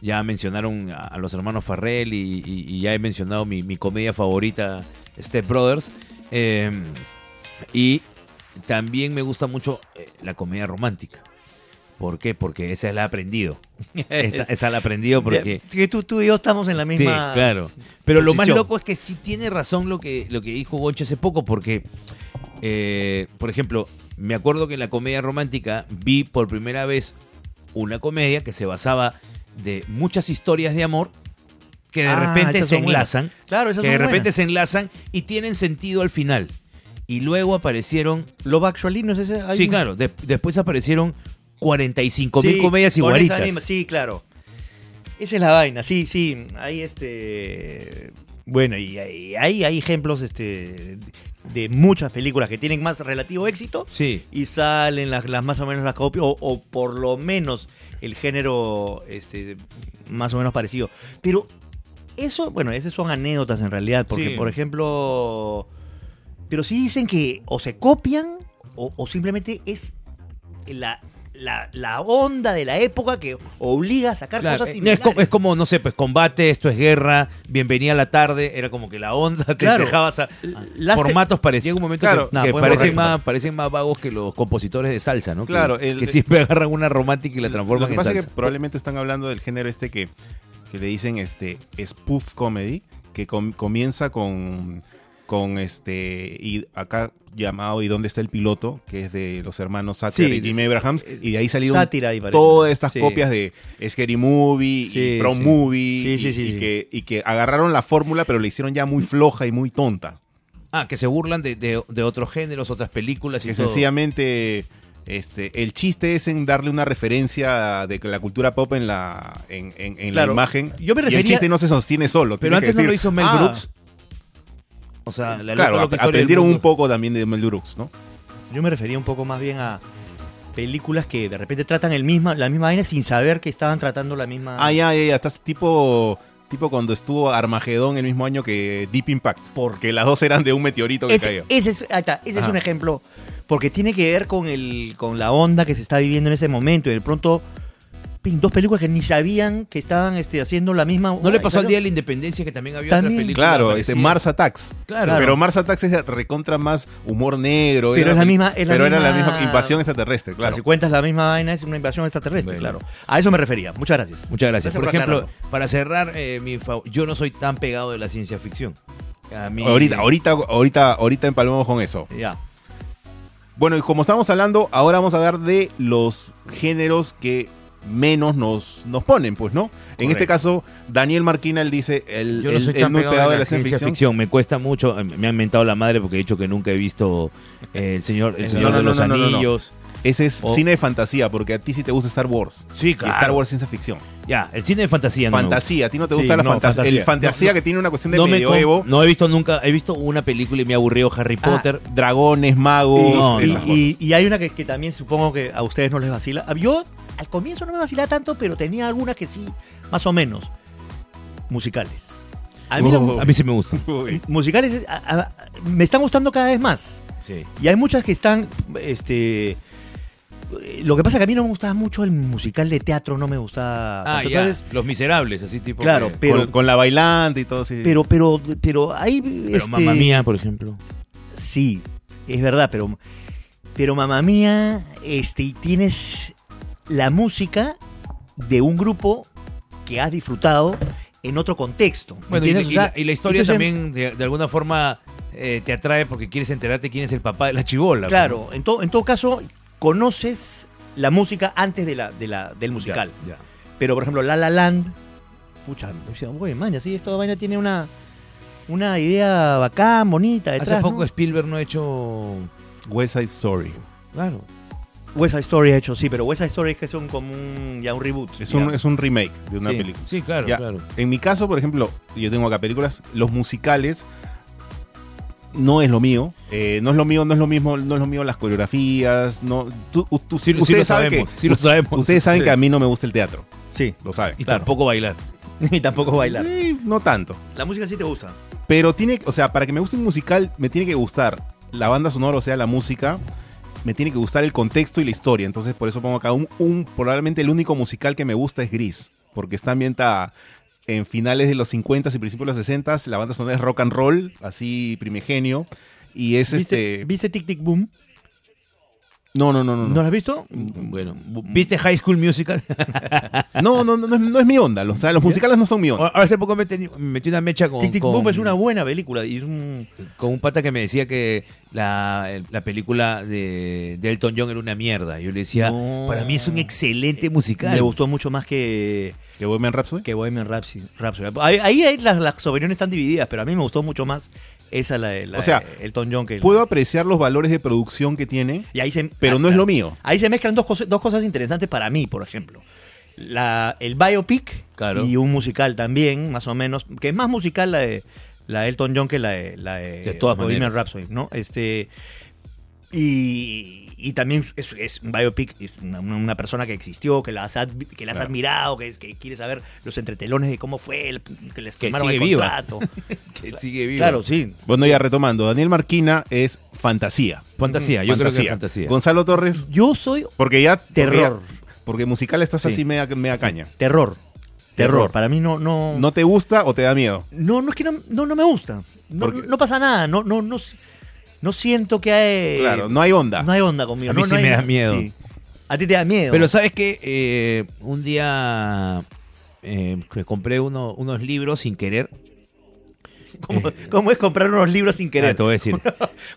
[SPEAKER 1] Ya mencionaron a, a los hermanos Farrell y, y- y ya he mencionado mi, mi comedia favorita, Step Brothers. Eh, y también me gusta mucho eh, la comedia romántica. ¿Por qué? Porque esa la he aprendido. *laughs* Esa, esa la he aprendido porque...
[SPEAKER 2] que tú, tú y yo estamos en la misma.
[SPEAKER 1] Sí, claro. Pero lo más
[SPEAKER 2] posición.
[SPEAKER 1] loco es que sí tiene razón lo que, lo que dijo Goncho hace poco, porque, eh, por ejemplo, me acuerdo que en la comedia romántica vi por primera vez una comedia que se basaba de muchas historias de amor que de
[SPEAKER 2] Ah,
[SPEAKER 1] repente
[SPEAKER 2] esas
[SPEAKER 1] se
[SPEAKER 2] son buenas.
[SPEAKER 1] enlazan
[SPEAKER 2] Claro, esas
[SPEAKER 1] que de
[SPEAKER 2] son
[SPEAKER 1] repente
[SPEAKER 2] buenas.
[SPEAKER 1] se enlazan y tienen sentido al final. Y luego aparecieron...
[SPEAKER 2] Love Actually, no sé si hay
[SPEAKER 1] sí,
[SPEAKER 2] un-
[SPEAKER 1] claro. de- después aparecieron 45 mil
[SPEAKER 2] Sí,
[SPEAKER 1] comedias
[SPEAKER 2] con esa
[SPEAKER 1] igualitas.
[SPEAKER 2] misma- Sí, claro. Esa es la vaina, sí, sí. Hay este. Bueno, y hay, hay, hay ejemplos este, de muchas películas que tienen más relativo éxito
[SPEAKER 1] Sí.
[SPEAKER 2] y salen las, las más o menos las copias, o, o por lo menos el género este, más o menos parecido. Pero eso, bueno, esas son anécdotas en realidad, porque
[SPEAKER 1] Sí.
[SPEAKER 2] por ejemplo, pero sí dicen que o se copian o, o simplemente es la, la, la onda de la época que obliga a sacar
[SPEAKER 1] Claro,
[SPEAKER 2] cosas
[SPEAKER 1] eh, no, es,
[SPEAKER 2] similares.
[SPEAKER 1] co- es como, no sé, pues combate, esto es guerra, bienvenida a la tarde, era como que la onda, *laughs* te
[SPEAKER 2] Claro.
[SPEAKER 1] dejabas a,
[SPEAKER 2] Las-
[SPEAKER 1] formatos parecían un momento
[SPEAKER 3] Claro.
[SPEAKER 1] que,
[SPEAKER 2] No,
[SPEAKER 1] que
[SPEAKER 2] podemos
[SPEAKER 1] parecen,
[SPEAKER 2] resumir.
[SPEAKER 1] más, parecen más vagos que los compositores de salsa, ¿no? Que-
[SPEAKER 3] Claro,
[SPEAKER 1] que,
[SPEAKER 3] el-
[SPEAKER 1] siempre *laughs* agarran una romántica y la
[SPEAKER 3] Lo
[SPEAKER 1] transforman
[SPEAKER 3] que
[SPEAKER 1] en
[SPEAKER 3] pasa es
[SPEAKER 1] salsa.
[SPEAKER 3] que probablemente están hablando del género este que, que le dicen este spoof comedy, que com- comienza con, con este y acá llamado ¿Y dónde está el piloto? que es de los hermanos Satir
[SPEAKER 2] Sí,
[SPEAKER 3] y Jimmy
[SPEAKER 2] sí,
[SPEAKER 3] Abrahams,
[SPEAKER 2] eh,
[SPEAKER 3] y de ahí salieron
[SPEAKER 2] Sátira y parece.
[SPEAKER 3] todas estas
[SPEAKER 2] Sí.
[SPEAKER 3] copias de Scary Movie
[SPEAKER 2] Sí,
[SPEAKER 3] y Pro
[SPEAKER 2] sí.
[SPEAKER 3] Movie
[SPEAKER 2] Sí, sí,
[SPEAKER 3] y-
[SPEAKER 2] sí,
[SPEAKER 3] y
[SPEAKER 2] sí.
[SPEAKER 3] que- y que agarraron la fórmula pero la hicieron ya muy floja y muy tonta.
[SPEAKER 1] Ah, que se burlan de, de- de otros géneros, otras películas y
[SPEAKER 3] que
[SPEAKER 1] todo.
[SPEAKER 3] sencillamente este, el chiste es en darle una referencia de la cultura pop en la, en, en- en
[SPEAKER 2] Claro.
[SPEAKER 3] la imagen.
[SPEAKER 2] Yo me
[SPEAKER 3] Y el
[SPEAKER 2] refería-
[SPEAKER 3] chiste no se sostiene solo.
[SPEAKER 1] Pero
[SPEAKER 3] tiene que
[SPEAKER 1] antes no lo
[SPEAKER 3] decir,
[SPEAKER 1] hizo Mel
[SPEAKER 3] "Ah",
[SPEAKER 1] Brooks. O sea, la
[SPEAKER 3] claro,
[SPEAKER 1] loca
[SPEAKER 3] ap-
[SPEAKER 1] loca historia del
[SPEAKER 3] aprendieron un
[SPEAKER 1] mundo.
[SPEAKER 3] poco también de Mel Brooks, ¿no?
[SPEAKER 2] Yo me refería un poco más bien a películas que de repente tratan el misma, la misma vaina sin saber que estaban tratando la misma.
[SPEAKER 3] Ah, ya, ya, ya. Estás tipo, tipo cuando estuvo Armagedón el mismo año que Deep Impact. Porque las dos eran de un meteorito que
[SPEAKER 2] Ese,
[SPEAKER 3] cayó.
[SPEAKER 2] ese es, ahí está, ese es
[SPEAKER 3] Ajá.
[SPEAKER 2] un ejemplo. Porque tiene que ver con, el, con la onda que se está viviendo en ese momento. Y de pronto, pin, dos películas que ni sabían que estaban este, haciendo la misma.
[SPEAKER 1] ¿No le pasó al
[SPEAKER 2] ¿sabes?
[SPEAKER 1] Día de la Independencia que también había
[SPEAKER 2] También.
[SPEAKER 1] otra película?
[SPEAKER 3] Claro, este,
[SPEAKER 1] parecida?
[SPEAKER 3] Mars Attacks.
[SPEAKER 1] Claro.
[SPEAKER 3] Pero Mars Attacks es recontra más humor negro.
[SPEAKER 2] Pero
[SPEAKER 3] era
[SPEAKER 2] es la misma- es la
[SPEAKER 3] pero era la
[SPEAKER 2] misma-
[SPEAKER 3] misma invasión extraterrestre,
[SPEAKER 2] O sea,
[SPEAKER 3] claro.
[SPEAKER 2] Si cuentas la misma vaina, es una invasión extraterrestre,
[SPEAKER 1] Bueno.
[SPEAKER 2] claro. A eso me refería. Muchas gracias.
[SPEAKER 1] Muchas gracias.
[SPEAKER 2] Gracias
[SPEAKER 1] por
[SPEAKER 2] por
[SPEAKER 1] ejemplo,
[SPEAKER 2] aclararlo.
[SPEAKER 1] para cerrar, eh, mi fav- yo no soy tan pegado de la ciencia ficción. A mí-
[SPEAKER 3] Ahorita, ahorita, ahorita, ahorita empalmamos con eso.
[SPEAKER 2] Ya.
[SPEAKER 3] Bueno, y como estamos hablando, ahora vamos a hablar de los géneros que menos nos, nos ponen, pues, ¿no? En
[SPEAKER 1] Correcto.
[SPEAKER 3] este caso, Daniel Marquinal dice, el,
[SPEAKER 1] Yo no
[SPEAKER 3] el-
[SPEAKER 1] soy
[SPEAKER 3] el
[SPEAKER 1] tan
[SPEAKER 3] no
[SPEAKER 1] pegado, de la, ciencia ficción. Me cuesta mucho. eh, Me han mentado la madre porque he dicho que nunca he visto eh, El Señor, el
[SPEAKER 2] Es
[SPEAKER 1] señor
[SPEAKER 2] verdad.
[SPEAKER 1] de
[SPEAKER 3] No, no,
[SPEAKER 1] los
[SPEAKER 3] no, no, no, no.
[SPEAKER 1] Anillos.
[SPEAKER 3] Ese es
[SPEAKER 1] O-
[SPEAKER 3] cine de fantasía, porque a ti sí te gusta Star Wars.
[SPEAKER 1] Sí,
[SPEAKER 3] Y Star Wars ciencia ficción.
[SPEAKER 1] Ya, el cine de fantasía. no me gusta.
[SPEAKER 3] fantasía, a ti no te
[SPEAKER 2] Sí,
[SPEAKER 3] gusta la
[SPEAKER 2] no,
[SPEAKER 3] fantasía.
[SPEAKER 2] fantasía.
[SPEAKER 3] El fantasía que tiene una cuestión de
[SPEAKER 1] No, me con-
[SPEAKER 3] medioevo,
[SPEAKER 1] no he visto nunca. He visto una película y me aburrió Harry Potter.
[SPEAKER 3] dragones, magos,
[SPEAKER 1] No,
[SPEAKER 3] esas
[SPEAKER 2] y, y-
[SPEAKER 3] cosas.
[SPEAKER 2] y hay una que, que también supongo que a ustedes no les vacila. A- Yo al comienzo no me vacilaba tanto, pero tenía algunas que sí, más o menos. Musicales. A mí, la-
[SPEAKER 1] a mí sí me gusta.
[SPEAKER 3] Uy.
[SPEAKER 2] musicales es- a- a- me están gustando cada vez más.
[SPEAKER 1] Sí.
[SPEAKER 2] Y hay muchas que están, este... Lo que pasa es que a mí no me gustaba mucho el musical de teatro, no me gustaba...
[SPEAKER 1] Ah,
[SPEAKER 2] tanto.
[SPEAKER 1] ya.
[SPEAKER 2] Entonces,
[SPEAKER 1] Los Miserables, así tipo.
[SPEAKER 2] Claro,
[SPEAKER 1] que-
[SPEAKER 2] pero-
[SPEAKER 3] con, con la bailante y todo, sí.
[SPEAKER 2] pero, pero, pero hay...
[SPEAKER 1] Pero
[SPEAKER 2] este,
[SPEAKER 1] Mamma Mía, por ejemplo.
[SPEAKER 2] Sí, es verdad, pero, pero mamá mía, este, y tienes la música de un grupo que has disfrutado en otro contexto. ¿me
[SPEAKER 1] Bueno, y,
[SPEAKER 2] entiendes?
[SPEAKER 1] la- y
[SPEAKER 2] O sea,
[SPEAKER 1] la, y la historia
[SPEAKER 2] entonces, em,
[SPEAKER 1] también, de, de alguna forma, eh, te atrae porque quieres enterarte quién es el papá de la chibola.
[SPEAKER 2] Claro, en, to- en todo caso, conoces la música antes de la, de la, del musical.
[SPEAKER 1] Ya, ya.
[SPEAKER 2] Pero, por ejemplo, La La Land, pucha, me decía, güey, man, así esta vaina tiene una, una idea bacán, bonita, detrás,
[SPEAKER 1] Hace poco
[SPEAKER 2] ¿no?
[SPEAKER 1] Spielberg no ha hecho.
[SPEAKER 3] West Side Story.
[SPEAKER 1] Claro.
[SPEAKER 2] West Side Story ha hecho, sí, pero West Side Story es que es un, como un, ya un reboot.
[SPEAKER 3] Es,
[SPEAKER 2] ya.
[SPEAKER 3] un, es un remake de una
[SPEAKER 1] sí.
[SPEAKER 3] película.
[SPEAKER 1] Sí, claro,
[SPEAKER 3] Ya.
[SPEAKER 1] claro.
[SPEAKER 3] En mi caso, por ejemplo, yo tengo acá películas, los musicales no es lo mío, eh, no es lo mío, no es lo mismo, no es lo mío las coreografías, no, tú- u- tú-
[SPEAKER 1] Sí, lo- sí
[SPEAKER 3] ustedes
[SPEAKER 1] lo
[SPEAKER 3] saben que
[SPEAKER 1] sabemos, sí lo sabemos.
[SPEAKER 3] ustedes saben
[SPEAKER 1] Sí.
[SPEAKER 3] que a mí no me gusta el teatro,
[SPEAKER 2] Sí,
[SPEAKER 3] lo saben.
[SPEAKER 1] Y
[SPEAKER 2] Claro.
[SPEAKER 1] tampoco bailar.
[SPEAKER 2] *laughs* y tampoco bailar.
[SPEAKER 3] Eh, no tanto,
[SPEAKER 2] La música sí te gusta.
[SPEAKER 3] pero tiene, o sea, para que me guste un musical me tiene que gustar la banda sonora, o sea, la música, me tiene que gustar el contexto y la historia, entonces por eso pongo acá un, un probablemente el único musical que me gusta es Gris, porque está ambientada en finales de los 50s y principios de los 60s, la banda sonora es rock and roll, así primigenio. Y es
[SPEAKER 2] ¿Viste,
[SPEAKER 3] este.
[SPEAKER 2] ¿Viste Tic Tic Boom?
[SPEAKER 3] No, no, no, no.
[SPEAKER 2] ¿No
[SPEAKER 3] No,
[SPEAKER 2] la has visto?
[SPEAKER 1] Bueno, ¿viste High School Musical?
[SPEAKER 3] no, no, no, no es, no es mi onda. Los, o sea, los musicales no son mi onda.
[SPEAKER 1] Ahora ahora hace poco me, teni- me metí una mecha con.
[SPEAKER 2] Tic Tic
[SPEAKER 1] con-
[SPEAKER 2] Boom es una buena película y es un...
[SPEAKER 1] con un pata que me decía que la, el- la película de, de Elton John era una mierda. Yo le decía,
[SPEAKER 2] No. Eh,
[SPEAKER 1] para mí es un excelente musical.
[SPEAKER 2] Me gustó mucho más que,
[SPEAKER 3] ¿Que Bohemian Rhapsody?
[SPEAKER 2] que Bohemian Rhapsody. Rhapsody. Ahí, ahí hay las, las opiniones están divididas, pero a mí me gustó mucho más esa la de la
[SPEAKER 3] O sea,
[SPEAKER 2] de Elton John que...
[SPEAKER 3] Puedo apreciar los valores de producción que tiene,
[SPEAKER 2] y ahí se-
[SPEAKER 3] pero no es lo mío.
[SPEAKER 2] Ahí se mezclan dos, cosas dos cosas interesantes para mí, por ejemplo. La, el biopic
[SPEAKER 1] Claro.
[SPEAKER 2] y un musical también, más o menos, que es más musical la de, la de Elton John que la de, la de,
[SPEAKER 1] De todas
[SPEAKER 2] Bohemian
[SPEAKER 1] maneras.
[SPEAKER 2] Rhapsody, ¿no? Este, y, y también es, es un biopic, es una, una persona que existió, que las, has admi- que las has
[SPEAKER 3] Claro.
[SPEAKER 2] admirado, que, es, que quiere saber los entretelones de cómo fue, el- que les
[SPEAKER 1] Que
[SPEAKER 2] firmaron el
[SPEAKER 1] sigue viva. *laughs*
[SPEAKER 2] contrato.
[SPEAKER 1] Que sigue vivo.
[SPEAKER 2] claro, sí.
[SPEAKER 3] Bueno, ya retomando, Daniel Marquina es fantasía.
[SPEAKER 1] Fantasía, Ah, yo creo que es fantasía.
[SPEAKER 3] Gonzalo Torres,
[SPEAKER 2] Yo soy
[SPEAKER 3] porque ya.
[SPEAKER 2] Terror.
[SPEAKER 3] Porque, ya- porque musical estás
[SPEAKER 2] Sí.
[SPEAKER 3] así media, media caña.
[SPEAKER 2] terror. Terror.
[SPEAKER 3] Terror.
[SPEAKER 2] Para mí no... no
[SPEAKER 3] ¿No te gusta o te da miedo?
[SPEAKER 2] No, no es que no, no, no me gusta. No,
[SPEAKER 3] Porque-
[SPEAKER 2] no pasa nada. No, no, no, no siento que hay.
[SPEAKER 3] claro, no hay onda.
[SPEAKER 2] Eh, no hay onda conmigo.
[SPEAKER 1] A mí
[SPEAKER 2] no,
[SPEAKER 1] sí
[SPEAKER 2] no hay-
[SPEAKER 1] me da miedo.
[SPEAKER 2] A ti te da miedo.
[SPEAKER 1] Pero sabes que un día eh, que compré uno- unos libros sin querer.
[SPEAKER 2] ¿Cómo, cómo es comprar unos libros sin
[SPEAKER 1] Ah,
[SPEAKER 2] querer?
[SPEAKER 1] te voy a
[SPEAKER 2] *laughs*
[SPEAKER 1] decir.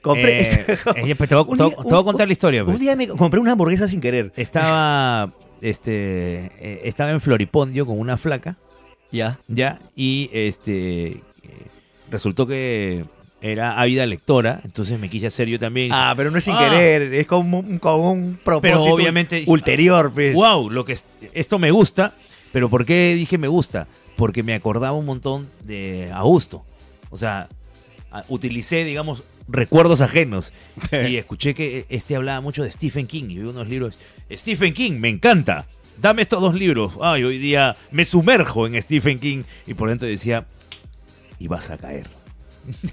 [SPEAKER 2] compré.
[SPEAKER 1] Eh,
[SPEAKER 2] *laughs*
[SPEAKER 1] eh, pues te voy, a-
[SPEAKER 2] Un
[SPEAKER 1] te voy- te
[SPEAKER 2] día-
[SPEAKER 1] voy a
[SPEAKER 2] un-
[SPEAKER 1] contar la historia. pues.
[SPEAKER 2] *laughs* Un día me compré una hamburguesa sin querer.
[SPEAKER 1] Eh, Estaba, este, eh, estaba en Floripondio con una flaca,
[SPEAKER 2] Ya.
[SPEAKER 1] ya, y este, eh, resultó que era ávida lectora, entonces me quise hacer yo también.
[SPEAKER 2] Ah, pero no es sin
[SPEAKER 1] Ah.
[SPEAKER 2] querer. Es con un, con un propósito
[SPEAKER 1] obviamente-
[SPEAKER 2] ulterior. Pues.
[SPEAKER 1] wow, lo que es- esto me gusta, pero ¿por qué dije me gusta? Porque me acordaba un montón de Augusto. O sea, a- utilicé, digamos, recuerdos ajenos y escuché que este hablaba mucho de Stephen King y vi unos libros. Stephen King, me encanta. Dame estos dos libros. Ay, hoy día me sumerjo en Stephen King y por dentro decía, y vas a caer.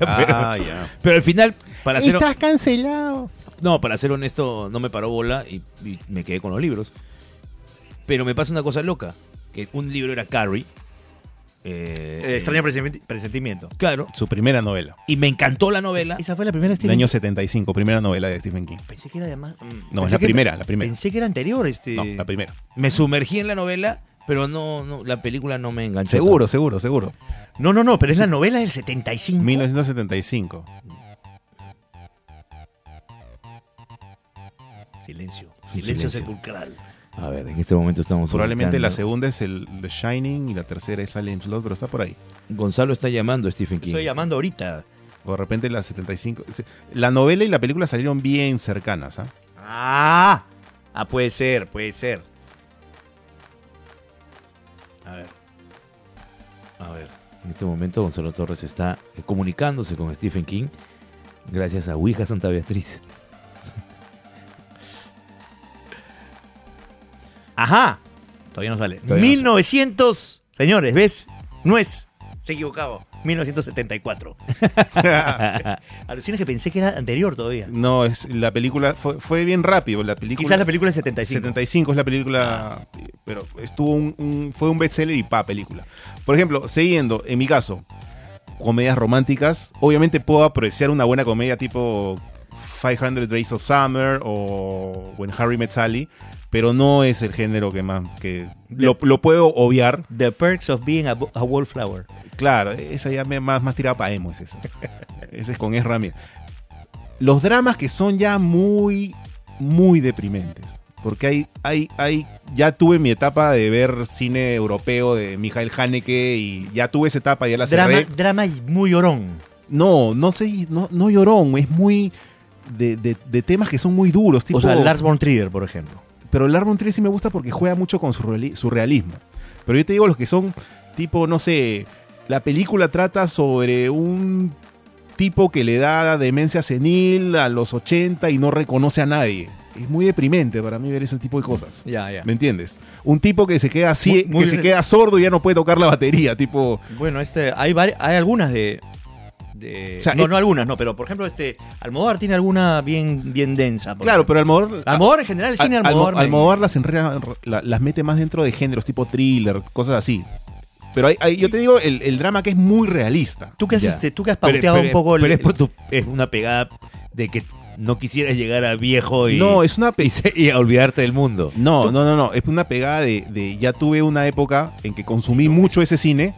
[SPEAKER 3] Ah, ya.
[SPEAKER 1] Pero al final, para ser
[SPEAKER 3] cancelado.
[SPEAKER 1] no, para ser honesto, no me paró bola y, y me quedé con los libros. Pero me pasa una cosa loca, que un libro era Carrie. eh,
[SPEAKER 2] Eh, extraño presenti- presentimiento.
[SPEAKER 1] Claro.
[SPEAKER 3] Su primera novela.
[SPEAKER 2] Ah,
[SPEAKER 1] Y me encantó la novela.
[SPEAKER 2] Esa fue la primera
[SPEAKER 3] Del
[SPEAKER 2] Stephen
[SPEAKER 3] año 75, primera novela de Stephen King.
[SPEAKER 2] Pensé que era de más. mm,
[SPEAKER 3] No,
[SPEAKER 2] pensé
[SPEAKER 3] es la
[SPEAKER 2] que-
[SPEAKER 3] primera, la primera.
[SPEAKER 2] Pensé que era anterior. Este...
[SPEAKER 3] No, la primera.
[SPEAKER 1] Me sumergí en la novela, pero no, no la película no me enganchó.
[SPEAKER 3] Seguro, seguro, seguro.
[SPEAKER 2] No, no, no, pero es la novela del 75.
[SPEAKER 3] 1975.
[SPEAKER 2] Silencio,
[SPEAKER 1] Silencio.
[SPEAKER 2] silencio sepulcral.
[SPEAKER 1] tanto. A ver, en este momento estamos...
[SPEAKER 3] Probablemente la
[SPEAKER 1] ubicando.
[SPEAKER 3] segunda es el The Shining y la tercera es Alien Slot, pero está por ahí.
[SPEAKER 1] Gonzalo está llamando a Stephen King.
[SPEAKER 2] Estoy llamando ahorita.
[SPEAKER 3] O de repente la 75. se- La novela y la película salieron bien cercanas. ¿ah?
[SPEAKER 2] Ah, ah, puede ser, puede ser. A ver.
[SPEAKER 1] A ver. En este momento Gonzalo Torres está eh, comunicándose con Stephen King gracias a Ouija Santa Beatriz.
[SPEAKER 2] Ajá. Todavía no sale.
[SPEAKER 1] Todavía no
[SPEAKER 2] 1900, señores, ¿ves? No es. Se equivocaba. *laughs* 1974. Alucinas que pensé que era anterior todavía.
[SPEAKER 3] no, es, la película fue, fue bien rápido. La película,
[SPEAKER 2] Quizás la película es 75.
[SPEAKER 3] 75 es la película, pero estuvo un, un- fue un bestseller y pa película. Por ejemplo, siguiendo, en mi caso, comedias románticas, obviamente puedo apreciar una buena comedia tipo 500 Days of Summer o When Harry Met Sally, pero no es el género que más que lo, lo puedo obviar.
[SPEAKER 2] The Perks of Being a, Bo- a Wallflower.
[SPEAKER 3] Claro, esa ya me más más tirada para emo es esa. Ese es con E Ezra Miller. Los dramas que son ya muy muy deprimentes. Porque hay, hay, hay, ya tuve mi etapa de ver cine europeo de Michael Haneke y ya tuve esa etapa, ya la
[SPEAKER 2] Drama,
[SPEAKER 3] cerré.
[SPEAKER 2] drama y muy llorón.
[SPEAKER 3] No, no sé, no, no llorón, es muy de, de- de temas que son muy duros. Tipo,
[SPEAKER 2] O sea, Lars von Trier, por ejemplo.
[SPEAKER 3] Pero el Arbon 3 sí me gusta porque juega mucho con su, reali- su realismo. Pero yo te digo los que son tipo, no sé, la película trata sobre un tipo que le da demencia senil a los 80 y no reconoce a nadie. Es muy deprimente para mí ver ese tipo de cosas.
[SPEAKER 2] Ya, ya.
[SPEAKER 3] ¿Me entiendes? Un tipo que se queda así,
[SPEAKER 2] Muy- muy
[SPEAKER 3] que se
[SPEAKER 2] bien.
[SPEAKER 3] queda sordo y ya no puede tocar la batería, tipo
[SPEAKER 2] Bueno, este, hay, vari- hay algunas de. de-
[SPEAKER 3] O sea,
[SPEAKER 2] no,
[SPEAKER 3] eh-
[SPEAKER 2] no algunas, no, pero por ejemplo, este. Almodóvar tiene alguna bien, bien densa. por
[SPEAKER 3] Claro,
[SPEAKER 2] ejemplo.
[SPEAKER 3] pero Almodóvar
[SPEAKER 2] Almodóvar en general, el cine
[SPEAKER 3] Al-
[SPEAKER 2] Almodóvar.
[SPEAKER 3] Almo-
[SPEAKER 2] me-
[SPEAKER 3] Almodóvar las, enrea- la- las mete más dentro de géneros tipo thriller, cosas así. Pero hay- hay- yo te digo el, el drama que es muy realista.
[SPEAKER 2] Tú que has,
[SPEAKER 1] Ya.
[SPEAKER 2] este, tú que has
[SPEAKER 1] Pero-
[SPEAKER 2] pauteado
[SPEAKER 1] pero-
[SPEAKER 2] un poco el-
[SPEAKER 1] pero es, por tu- es una pegada *laughs* de que no quisieras llegar a viejo y,
[SPEAKER 3] No, es una pe-
[SPEAKER 1] y se- y a olvidarte del mundo.
[SPEAKER 3] *laughs* no, no, no, no, es una pegada de, de- ya tuve una época en que consumí mucho ese cine,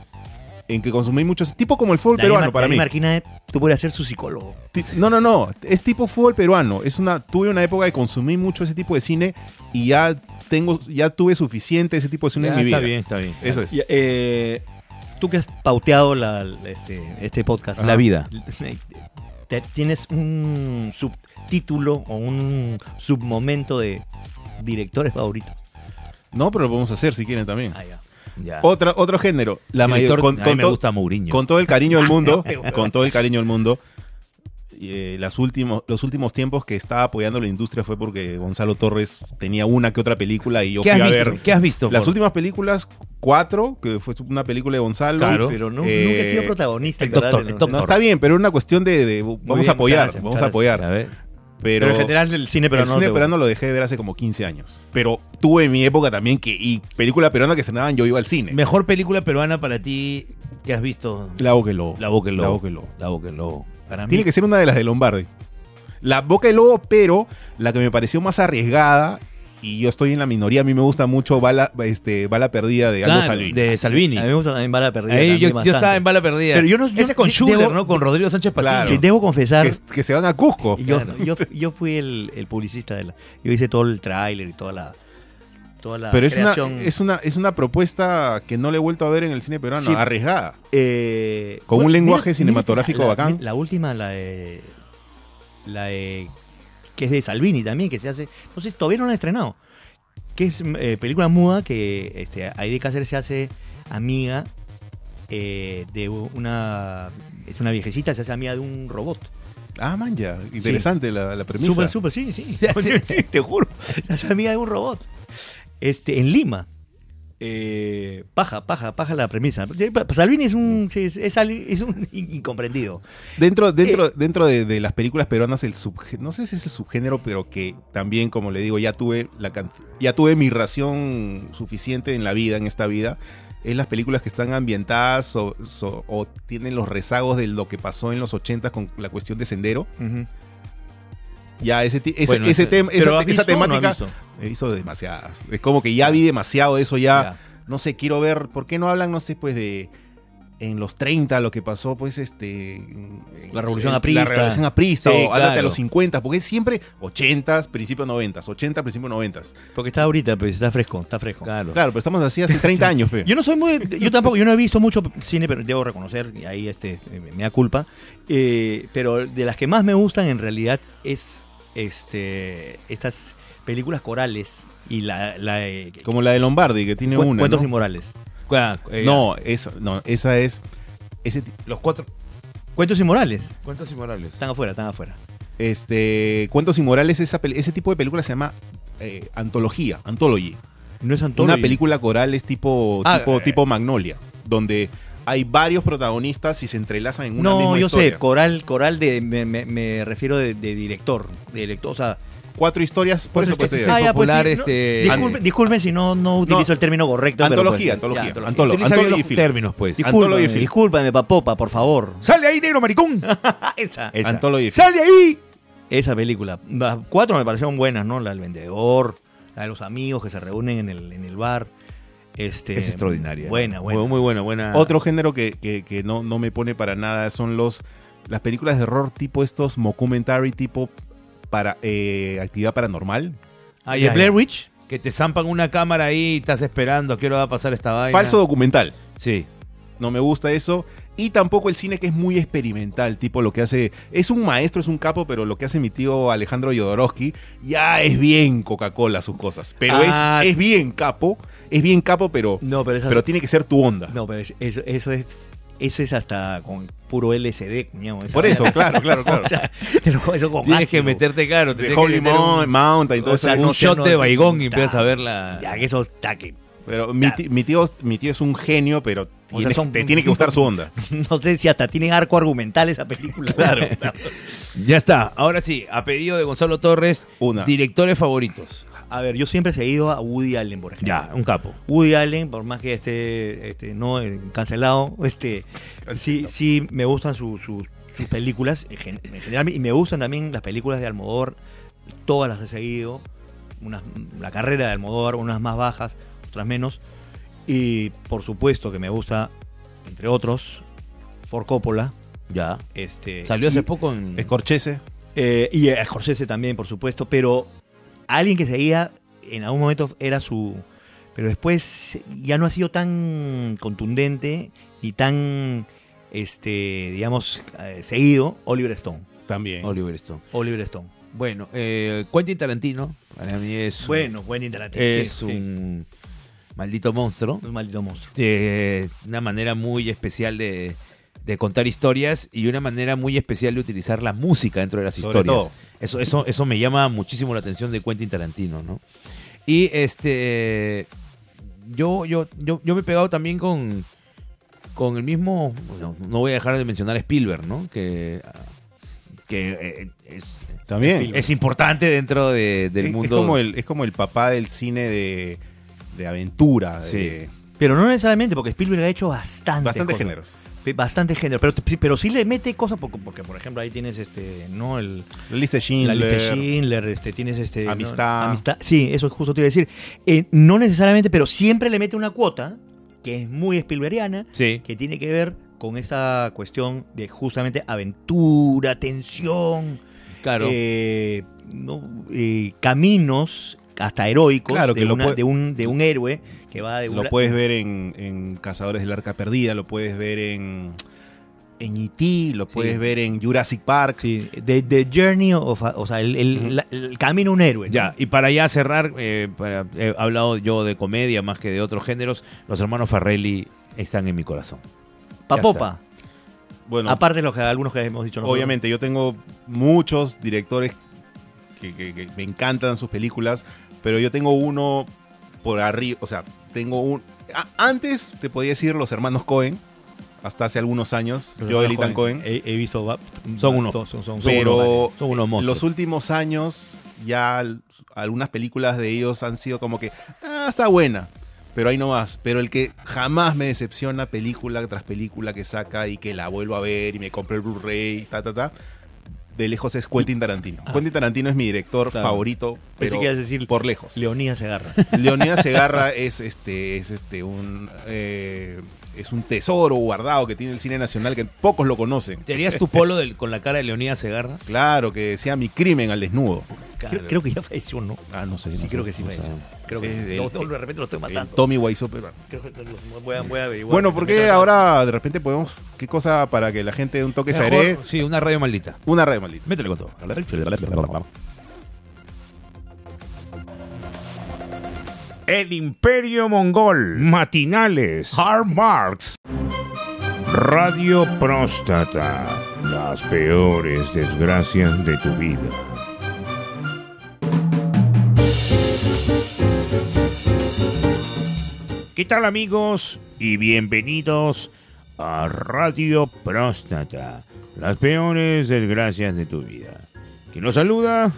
[SPEAKER 3] en que consumí mucho ese- tipo como el fútbol
[SPEAKER 2] Darío
[SPEAKER 3] peruano
[SPEAKER 2] Mar-
[SPEAKER 3] para
[SPEAKER 2] Darío
[SPEAKER 3] mí.
[SPEAKER 2] Marquina, tú podrías ser su psicólogo.
[SPEAKER 3] Ti- No, no, no, es tipo fútbol peruano, es una tuve una época de consumir mucho ese tipo de cine y ya tengo ya tuve suficiente ese tipo de cine
[SPEAKER 1] Ya,
[SPEAKER 3] en mi vida.
[SPEAKER 1] está bien, está bien.
[SPEAKER 3] Eso es.
[SPEAKER 2] Y, eh, tú que has pauteado la- la- este, este podcast.
[SPEAKER 1] La vida.
[SPEAKER 2] te- tienes un subtítulo o un submomento de directores favoritos.
[SPEAKER 3] No, pero lo podemos hacer si quieren también.
[SPEAKER 2] Ah, ya.
[SPEAKER 1] Ya.
[SPEAKER 3] Otra, otro género. La mayor,
[SPEAKER 1] Director-
[SPEAKER 3] con,
[SPEAKER 1] a
[SPEAKER 3] con
[SPEAKER 1] mí me
[SPEAKER 3] to-
[SPEAKER 1] gusta Mourinho.
[SPEAKER 3] con todo el
[SPEAKER 1] *laughs*
[SPEAKER 3] cariño del mundo,
[SPEAKER 2] Qué huevón.
[SPEAKER 3] con todo el cariño del mundo, eh, las últimos, los últimos tiempos que estaba apoyando la industria fue porque Gonzalo Torres tenía una que otra película y yo
[SPEAKER 1] ¿Qué
[SPEAKER 3] fui
[SPEAKER 1] has,
[SPEAKER 3] a
[SPEAKER 1] visto?
[SPEAKER 3] ver
[SPEAKER 1] ¿Qué has visto?
[SPEAKER 3] las
[SPEAKER 1] por-
[SPEAKER 3] últimas películas, cuatro, que fue una película de Gonzalo.
[SPEAKER 1] Claro.
[SPEAKER 2] Sí, pero no-
[SPEAKER 3] Eh,
[SPEAKER 2] nunca he sido protagonista.
[SPEAKER 1] el
[SPEAKER 2] en verdad,
[SPEAKER 1] doctor,
[SPEAKER 2] de
[SPEAKER 1] el
[SPEAKER 2] los-
[SPEAKER 1] doctor.
[SPEAKER 3] No, está bien, pero era una cuestión de, de- vamos
[SPEAKER 2] bien,
[SPEAKER 3] a apoyar,
[SPEAKER 2] muchas gracias,
[SPEAKER 3] vamos a
[SPEAKER 2] muchas
[SPEAKER 1] A
[SPEAKER 3] apoyar.
[SPEAKER 1] ver.
[SPEAKER 3] Pero,
[SPEAKER 2] Pero, en general el
[SPEAKER 3] pero
[SPEAKER 2] cine pero
[SPEAKER 3] el
[SPEAKER 2] no
[SPEAKER 3] cine
[SPEAKER 2] te-
[SPEAKER 3] peruano lo dejé de ver hace como 15 años. Pero tuve mi época también que, y película peruana que se daban, yo iba al cine.
[SPEAKER 1] Mejor película peruana para ti que has visto.
[SPEAKER 3] La boca del lobo.
[SPEAKER 1] La Boca del Lobo.
[SPEAKER 3] La Boca del Lobo.
[SPEAKER 1] La Boca del Lobo. Para
[SPEAKER 3] Tiene
[SPEAKER 1] mí,
[SPEAKER 3] que ser una de las de Lombardi. La Boca del Lobo, pero la que me pareció más arriesgada, y yo estoy en la minoría, a mí me gusta mucho Bala, este, bala Perdida de Aldo
[SPEAKER 1] Claro,
[SPEAKER 3] Salvini.
[SPEAKER 2] Eh,
[SPEAKER 1] de Salvini.
[SPEAKER 2] A mí me gusta también Bala Perdida.
[SPEAKER 1] Ahí
[SPEAKER 2] también
[SPEAKER 1] yo, yo
[SPEAKER 2] bastante.
[SPEAKER 1] estaba en bala perdida.
[SPEAKER 2] Pero yo no- yo-
[SPEAKER 1] Ese con
[SPEAKER 2] yo-
[SPEAKER 1] Schuller,
[SPEAKER 2] debo-
[SPEAKER 1] ¿no? Con Rodrigo Sánchez Patiño.
[SPEAKER 3] Claro.
[SPEAKER 2] Sí, debo confesar.
[SPEAKER 3] Que, que se van a Cusco.
[SPEAKER 2] Y Yo,
[SPEAKER 1] Claro.
[SPEAKER 3] *laughs*
[SPEAKER 2] yo, yo fui el, el publicista de la. Yo hice todo el tráiler y toda la. Toda la
[SPEAKER 3] Pero es una,
[SPEAKER 2] creación.
[SPEAKER 3] es, una, es una propuesta que no le he vuelto a ver en el cine peruano,
[SPEAKER 2] Sí.
[SPEAKER 3] arriesgada.
[SPEAKER 2] Eh,
[SPEAKER 3] Con un lenguaje
[SPEAKER 2] mira-
[SPEAKER 3] cinematográfico
[SPEAKER 2] mira, la-
[SPEAKER 3] bacán.
[SPEAKER 2] La última, la de. La de. Que es de Salvini también, que se hace. No sé, todavía no la han estrenado. Que es eh, película muda que este, Aide Cáceres se hace amiga eh, de una. Es una viejecita, se hace amiga de un robot.
[SPEAKER 3] Ah, man, ya. Interesante la, la premisa.
[SPEAKER 2] Súper, súper, sí, *laughs* sí.
[SPEAKER 1] Se hace-
[SPEAKER 2] Sí, te *laughs* juro. Se hace amiga de un robot. Este, en Lima. Eh, paja, paja, paja la premisa. Salvini es un, es, es alguien- es un *laughs* incomprendido.
[SPEAKER 3] Dentro, dentro, dentro de, de las películas peruanas, el subgé- no sé si es el subgénero, pero que también, como le digo, ya tuve la can- ya tuve mi ración suficiente en la vida, en esta vida, es las películas que están ambientadas o, so- o tienen los rezagos de lo que pasó en los 80 con la cuestión de Sendero. Ya ese, ti- ese,
[SPEAKER 1] Bueno,
[SPEAKER 3] ese
[SPEAKER 1] ese-
[SPEAKER 3] tema,
[SPEAKER 2] ¿Pero
[SPEAKER 3] esa,
[SPEAKER 2] has visto
[SPEAKER 3] esa
[SPEAKER 2] o no has
[SPEAKER 3] temática
[SPEAKER 2] visto?
[SPEAKER 3] he visto demasiadas. Es como que ya vi demasiado de eso ya
[SPEAKER 2] ah.
[SPEAKER 3] no sé, quiero ver, ¿por qué no hablan, no sé, pues de en los 30 lo que pasó, pues este... en-
[SPEAKER 2] La Revolución
[SPEAKER 3] en-
[SPEAKER 2] Aprista.
[SPEAKER 3] La revolución aprista,
[SPEAKER 1] Sí,
[SPEAKER 3] o háblate a
[SPEAKER 1] claro.
[SPEAKER 3] los 50, porque es siempre 80, principios 90, 80, principios 90.
[SPEAKER 2] Porque está ahorita, pues está fresco, está fresco.
[SPEAKER 1] Claro.
[SPEAKER 3] Claro, pero estamos así
[SPEAKER 2] *laughs*
[SPEAKER 3] hace 30 años, pe.
[SPEAKER 2] Yo no soy muy, yo tampoco, yo no he visto mucho cine, pero debo reconocer, y ahí este, eh, me da culpa. Eh, pero de las que más me gustan en realidad es este estas películas corales y la, la eh,
[SPEAKER 3] Como la de Lombardi, que tiene
[SPEAKER 2] Cuen-
[SPEAKER 3] una,
[SPEAKER 2] Cuentos
[SPEAKER 3] ¿no?
[SPEAKER 2] inmorales.
[SPEAKER 1] Ah, eh,
[SPEAKER 3] No, esa, no, esa es... Ese, ti-
[SPEAKER 1] Los cuatro.
[SPEAKER 2] Cuentos inmorales.
[SPEAKER 1] ¿Cuántos inmorales?
[SPEAKER 2] Están afuera, están afuera.
[SPEAKER 3] este, Cuentos Inmorales, esa, pel- ese tipo de película se llama eh, antología, anthology.
[SPEAKER 2] No es Antonio.
[SPEAKER 3] Una película coral es tipo,
[SPEAKER 2] Ah,
[SPEAKER 3] tipo,
[SPEAKER 2] eh.
[SPEAKER 3] tipo Magnolia, donde hay varios protagonistas y se entrelazan en una
[SPEAKER 2] No,
[SPEAKER 3] misma
[SPEAKER 2] yo
[SPEAKER 3] historia.
[SPEAKER 2] sé, coral, coral de, me, me- me refiero de, de director, de director, o sea, ah,
[SPEAKER 3] Cuatro historias, por eso pues,
[SPEAKER 1] es que
[SPEAKER 3] te
[SPEAKER 1] se
[SPEAKER 3] digo.
[SPEAKER 1] sabe- popular,
[SPEAKER 2] no,
[SPEAKER 1] este-
[SPEAKER 2] disculpe, disculpe si no, no utilizo el término correcto. pero
[SPEAKER 3] Antología,
[SPEAKER 2] pues, ya,
[SPEAKER 3] antología, antolo-
[SPEAKER 1] Utiliza
[SPEAKER 3] antolo
[SPEAKER 1] bien
[SPEAKER 3] y
[SPEAKER 1] los
[SPEAKER 3] film.
[SPEAKER 1] términos, pues.
[SPEAKER 3] Y-
[SPEAKER 2] Discúlpame,
[SPEAKER 3] Antología film.
[SPEAKER 2] discúlpame, papopa,
[SPEAKER 3] *laughs*
[SPEAKER 2] por favor.
[SPEAKER 1] ¡Sale ahí, negro maricón!
[SPEAKER 2] Esa.
[SPEAKER 1] Esa.
[SPEAKER 3] Antolo y film.
[SPEAKER 1] ¡Sale ahí!
[SPEAKER 2] Esa película. Las cuatro me parecieron buenas, ¿no? La del vendedor, la de los amigos que se reúnen en el, en el bar. Este,
[SPEAKER 1] es extraordinaria.
[SPEAKER 2] Buena, buena.
[SPEAKER 1] Muy, muy buena, buena.
[SPEAKER 3] Otro género que, que- que no, no me pone para nada son los las películas de horror tipo estos mockumentary tipo para eh, actividad paranormal.
[SPEAKER 1] Ah,
[SPEAKER 2] de
[SPEAKER 1] ya, ya.
[SPEAKER 2] Blair Witch.
[SPEAKER 1] Que te zampan una cámara ahí y estás esperando a qué hora va a pasar esta vaina.
[SPEAKER 3] Falso documental.
[SPEAKER 1] Sí.
[SPEAKER 3] No me gusta eso. Y tampoco el cine que es muy experimental, tipo lo que hace. Es un maestro, es un capo, pero lo que hace mi tío Alejandro Jodorowsky ya es bien Coca-Cola sus cosas. Pero
[SPEAKER 1] Ah.
[SPEAKER 3] es, es bien capo, es bien capo, pero,
[SPEAKER 2] No, pero, esas-
[SPEAKER 3] pero tiene que ser tu onda.
[SPEAKER 2] no, pero es- eso, eso es eso es hasta con puro LSD, cuñado, esa
[SPEAKER 3] Por
[SPEAKER 2] vaina.
[SPEAKER 3] eso, claro, claro, claro.
[SPEAKER 2] O sea, *laughs* te lo- eso con
[SPEAKER 1] Tienes
[SPEAKER 2] ácido.
[SPEAKER 1] que meterte caro. te
[SPEAKER 3] de
[SPEAKER 1] tienes que
[SPEAKER 3] Holy
[SPEAKER 1] meter un-
[SPEAKER 3] Mountain, Mountain, todo
[SPEAKER 2] o sea,
[SPEAKER 3] eso.
[SPEAKER 1] un
[SPEAKER 2] no sé,
[SPEAKER 1] shot
[SPEAKER 2] no
[SPEAKER 1] de
[SPEAKER 2] sé,
[SPEAKER 1] Baigón
[SPEAKER 2] puta.
[SPEAKER 1] y empiezas a ver la.
[SPEAKER 2] Ya que eso está que
[SPEAKER 3] Pero mi ti- mi tío, mi tío es un genio, pero
[SPEAKER 2] sea,
[SPEAKER 3] tienes-
[SPEAKER 2] son-
[SPEAKER 3] te tiene que gustar su
[SPEAKER 2] *laughs*
[SPEAKER 3] onda.
[SPEAKER 2] no sé si hasta tienen arco argumental esa película. Claro.
[SPEAKER 1] Ya está. Ahora sí, a pedido de Gonzalo Torres,
[SPEAKER 3] Una.
[SPEAKER 1] directores favoritos.
[SPEAKER 2] *laughs* A ver, yo siempre he seguido a Woody Allen, por ejemplo.
[SPEAKER 1] Ya, un capo.
[SPEAKER 2] Woody Allen, por más que esté este, no eh, cancelado, este sí, sí me gustan su- su- sus películas en gen- en general y me gustan también las películas de Almodóvar, todas las he seguido, unas, la carrera de Almodóvar, unas más bajas, otras menos, y por supuesto que me gusta, entre otros, For Coppola,
[SPEAKER 1] Ya.
[SPEAKER 2] este,
[SPEAKER 1] Salió hace
[SPEAKER 2] y-
[SPEAKER 1] poco en.
[SPEAKER 3] Scorchese.
[SPEAKER 2] eh, y a Scorsese también, por supuesto, pero alguien que seguía en algún momento era su... Pero después ya no ha sido tan contundente y tan, este, digamos, eh, seguido Oliver Stone.
[SPEAKER 3] También.
[SPEAKER 1] Oliver Stone.
[SPEAKER 2] Oliver Stone.
[SPEAKER 1] Bueno, eh, Quentin Tarantino, para mí es. un-
[SPEAKER 2] Bueno, buen Tarantino.
[SPEAKER 1] es
[SPEAKER 2] sí, sí.
[SPEAKER 1] un maldito monstruo.
[SPEAKER 2] Un maldito monstruo.
[SPEAKER 1] Eh, una manera muy especial de, de contar historias y una manera muy especial de utilizar la música dentro de las
[SPEAKER 3] Sobre
[SPEAKER 1] historias.
[SPEAKER 3] todo.
[SPEAKER 1] Eso, eso, eso me llama muchísimo la atención de Quentin Tarantino, ¿no? Y este. Yo, yo, yo, yo me he pegado también con. Con el mismo. No, no voy a dejar de mencionar a Spielberg, ¿no? Que. Que eh, es,
[SPEAKER 3] También.
[SPEAKER 1] es importante dentro de- del
[SPEAKER 3] Es-
[SPEAKER 1] mundo.
[SPEAKER 3] Es como el, es como el papá del cine de, de aventura, de
[SPEAKER 1] Sí.
[SPEAKER 2] Pero no necesariamente, porque Spielberg ha hecho bastante.
[SPEAKER 3] bastantes
[SPEAKER 2] cosas.
[SPEAKER 3] géneros.
[SPEAKER 2] Pe- Bastante género. Pero, sí- pero sí le mete cosas, porque, porque, por ejemplo, ahí tienes este, ¿no? El,
[SPEAKER 3] La lista de Schindler.
[SPEAKER 2] La lista de Schindler, este, tienes este. ¿no?
[SPEAKER 3] Amistad.
[SPEAKER 2] Amistad. Sí, eso es justo te iba a decir. Eh, no necesariamente, pero siempre le mete una cuota que es muy Spielbergiana,
[SPEAKER 1] Sí.
[SPEAKER 2] que tiene que ver con esa cuestión de justamente aventura, tensión,
[SPEAKER 1] Claro.
[SPEAKER 2] eh, no, eh, caminos hasta heroicos
[SPEAKER 3] Claro,
[SPEAKER 2] de,
[SPEAKER 3] que lo
[SPEAKER 2] una-
[SPEAKER 3] puede-
[SPEAKER 2] de un, de un héroe que va de
[SPEAKER 3] Lo
[SPEAKER 2] una-
[SPEAKER 3] puedes ver en, en Cazadores del Arca Perdida, lo puedes ver en, en E.T., lo puedes ver en Jurassic Park.
[SPEAKER 2] Sí, de, de Journey, of a- o sea, el, el-
[SPEAKER 3] Ujú.
[SPEAKER 2] la- el camino a un héroe. ¿no?
[SPEAKER 1] Ya, y para ya cerrar, eh, para- he hablado yo de comedia más que de otros géneros, los hermanos Farrelly están en mi corazón.
[SPEAKER 2] Papopa.
[SPEAKER 3] Bueno,
[SPEAKER 2] Aparte de los que, algunos que hemos dicho nosotros.
[SPEAKER 3] obviamente yo tengo muchos directores que, que- que me encantan sus películas, pero yo tengo uno por arriba, o sea, tengo un... a- antes te podía decir los hermanos Cohen, hasta hace algunos años,
[SPEAKER 2] Los
[SPEAKER 3] Joel y
[SPEAKER 2] hermanos
[SPEAKER 3] Ethan Cohen.
[SPEAKER 2] He, he visto. va-
[SPEAKER 1] Son unos.
[SPEAKER 2] Son, son- son
[SPEAKER 3] Pero-
[SPEAKER 2] unos, vale.
[SPEAKER 1] Son unos monstruos.
[SPEAKER 3] Los últimos años, ya l- algunas películas de ellos han sido como que, ah, está buena, pero ahí no más. Pero el que jamás me decepciona película tras película que saca y que la vuelvo a ver y me compro el Blu-ray, ta, ta, ta, de lejos es Quentin Tarantino.
[SPEAKER 2] Ah.
[SPEAKER 3] Quentin Tarantino es mi director
[SPEAKER 1] Claro.
[SPEAKER 3] favorito,
[SPEAKER 2] Pensé
[SPEAKER 3] pero
[SPEAKER 2] que ibas a decir
[SPEAKER 3] por lejos.
[SPEAKER 2] Leonidas *laughs* Segarra.
[SPEAKER 3] *laughs* Leonidas Segarra es este es este un eh, es un tesoro guardado que tiene el cine nacional que pocos lo conocen.
[SPEAKER 1] ¿Te harías tu polo del- con la cara de Leonidas Segarra?
[SPEAKER 3] Claro que sea mi crimen al desnudo.
[SPEAKER 2] Creo, creo que ya falleció, ¿no?
[SPEAKER 3] Ah, no sé.
[SPEAKER 2] Sí, creo que sí
[SPEAKER 1] o sea,
[SPEAKER 2] falleció. Creo que
[SPEAKER 3] sí,
[SPEAKER 2] sí.
[SPEAKER 3] el-
[SPEAKER 2] Lo- lo- de repente lo estoy
[SPEAKER 3] El
[SPEAKER 2] matando.
[SPEAKER 3] Tommy Wiseau peruano.
[SPEAKER 2] Creo que lo- voy a, voy a averiguar.
[SPEAKER 3] Bueno, porque ahora de repente podemos. ¿Qué cosa para que la gente de un toque se
[SPEAKER 1] Mejor-
[SPEAKER 3] aire?
[SPEAKER 1] Sí, una radio maldita.
[SPEAKER 3] Una red maldita.
[SPEAKER 1] Métele con todo.
[SPEAKER 4] El Imperio Mongol. Matinales. Hard Marks. Radio Próstata. Las peores desgracias de tu vida. ¿Qué tal amigos? Y bienvenidos a Radio Próstata. Las peores desgracias de tu vida. Quien nos saluda,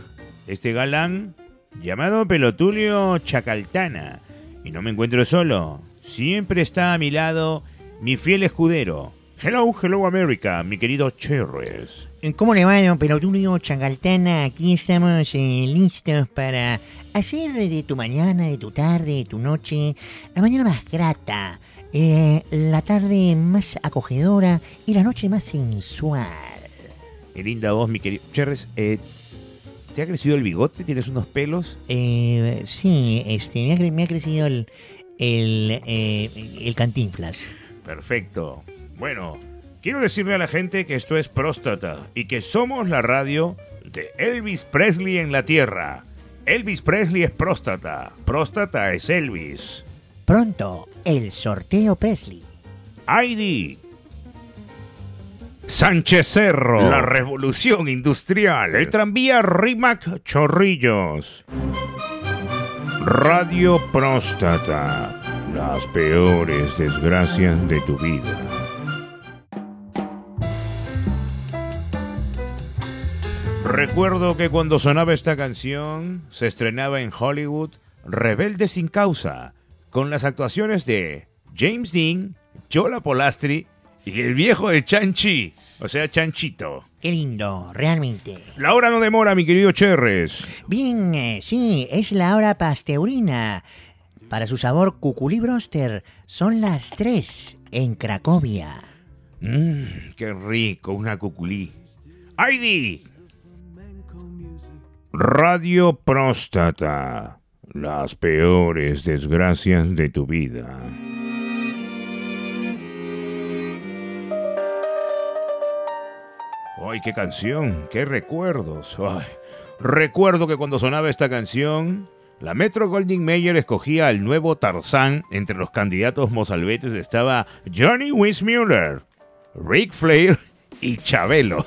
[SPEAKER 4] este galán llamado Pelotulio Chacaltana. Y no me encuentro solo, siempre está a mi lado mi fiel escudero. Hello, hello America, mi querido Cherres.
[SPEAKER 5] ¿Cómo le va, don Perotulio Changaltana? Aquí estamos eh, listos para hacer de tu mañana, de tu tarde, de tu noche, la mañana más grata, eh, la tarde más acogedora y la noche más sensual.
[SPEAKER 4] Qué linda voz, mi querido Cherres. eh,
[SPEAKER 1] ¿Te ha crecido el bigote? ¿Tienes unos pelos?
[SPEAKER 5] Eh, sí, este, me ha, cre- me ha crecido el, el, eh, el cantinflas.
[SPEAKER 4] Perfecto. Bueno, quiero decirle a la gente que esto es Próstata y que somos la radio de Elvis Presley en la Tierra. Elvis Presley es Próstata. Próstata es Elvis.
[SPEAKER 5] Pronto, el sorteo Presley.
[SPEAKER 4] ID. Sánchez Cerro. La revolución industrial. El tranvía Rimac Chorrillos. Radio Próstata. Las peores desgracias de tu vida. Recuerdo que cuando sonaba esta canción, se estrenaba en Hollywood Rebelde sin causa, con las actuaciones de James Dean, Chola Polastri y el viejo de Chanchi, o sea, Chanchito.
[SPEAKER 5] Qué lindo, realmente.
[SPEAKER 4] La hora no demora, mi querido Cherres.
[SPEAKER 5] Bien, eh, sí, es la hora pasteurina. Para su sabor cuculí broster, son las 3 en Cracovia.
[SPEAKER 4] Mmm, qué rico, una cuculí. ID. Radio Próstata. Las peores desgracias de tu vida. ¡Ay, qué canción! ¡Qué recuerdos! ¡Ay! Recuerdo que cuando sonaba esta canción, la Metro Golding Mayer escogía al nuevo Tarzán. Entre los candidatos mozalbetes estaba Johnny Weissmuller, Rick Flair y Chabelo.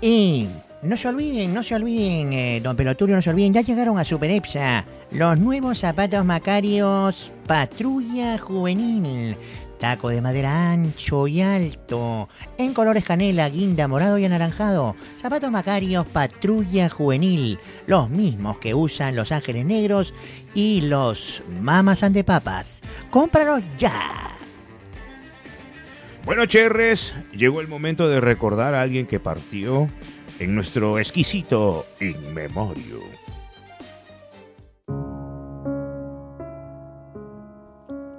[SPEAKER 5] Y no se olviden, no se olviden, eh, don Peloturio, no se olviden, ya llegaron a Super Epsa los nuevos zapatos macarios Patrulla Juvenil. Taco de madera ancho y alto, en colores canela, guinda, morado y anaranjado. Zapatos macarios Patrulla Juvenil, los mismos que usan los ángeles negros y los mamas antepapas. ¡Cómpralos ya!
[SPEAKER 4] Bueno, Cherres, llegó el momento de recordar a alguien que partió en nuestro exquisito In Memoriam.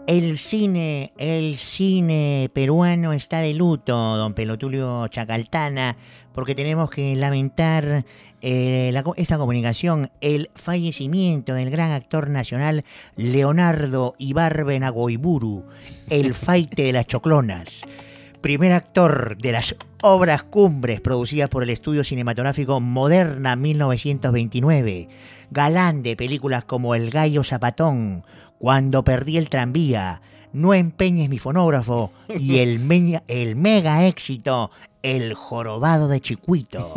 [SPEAKER 5] El cine, el cine peruano está de luto, don Pelotulio Chacaltana, porque tenemos que lamentar eh, la co- esta comunicación, el fallecimiento del gran actor nacional Leonardo Ibarben Agoiburu, el faite de las choclonas, primer actor de las obras cumbres producidas por el estudio cinematográfico Moderna 1929, galán de películas como El Gallo Zapatón, cuando perdí el tranvía, no empeñes mi fonógrafo y el, meña- el mega éxito, el jorobado de Chicuito.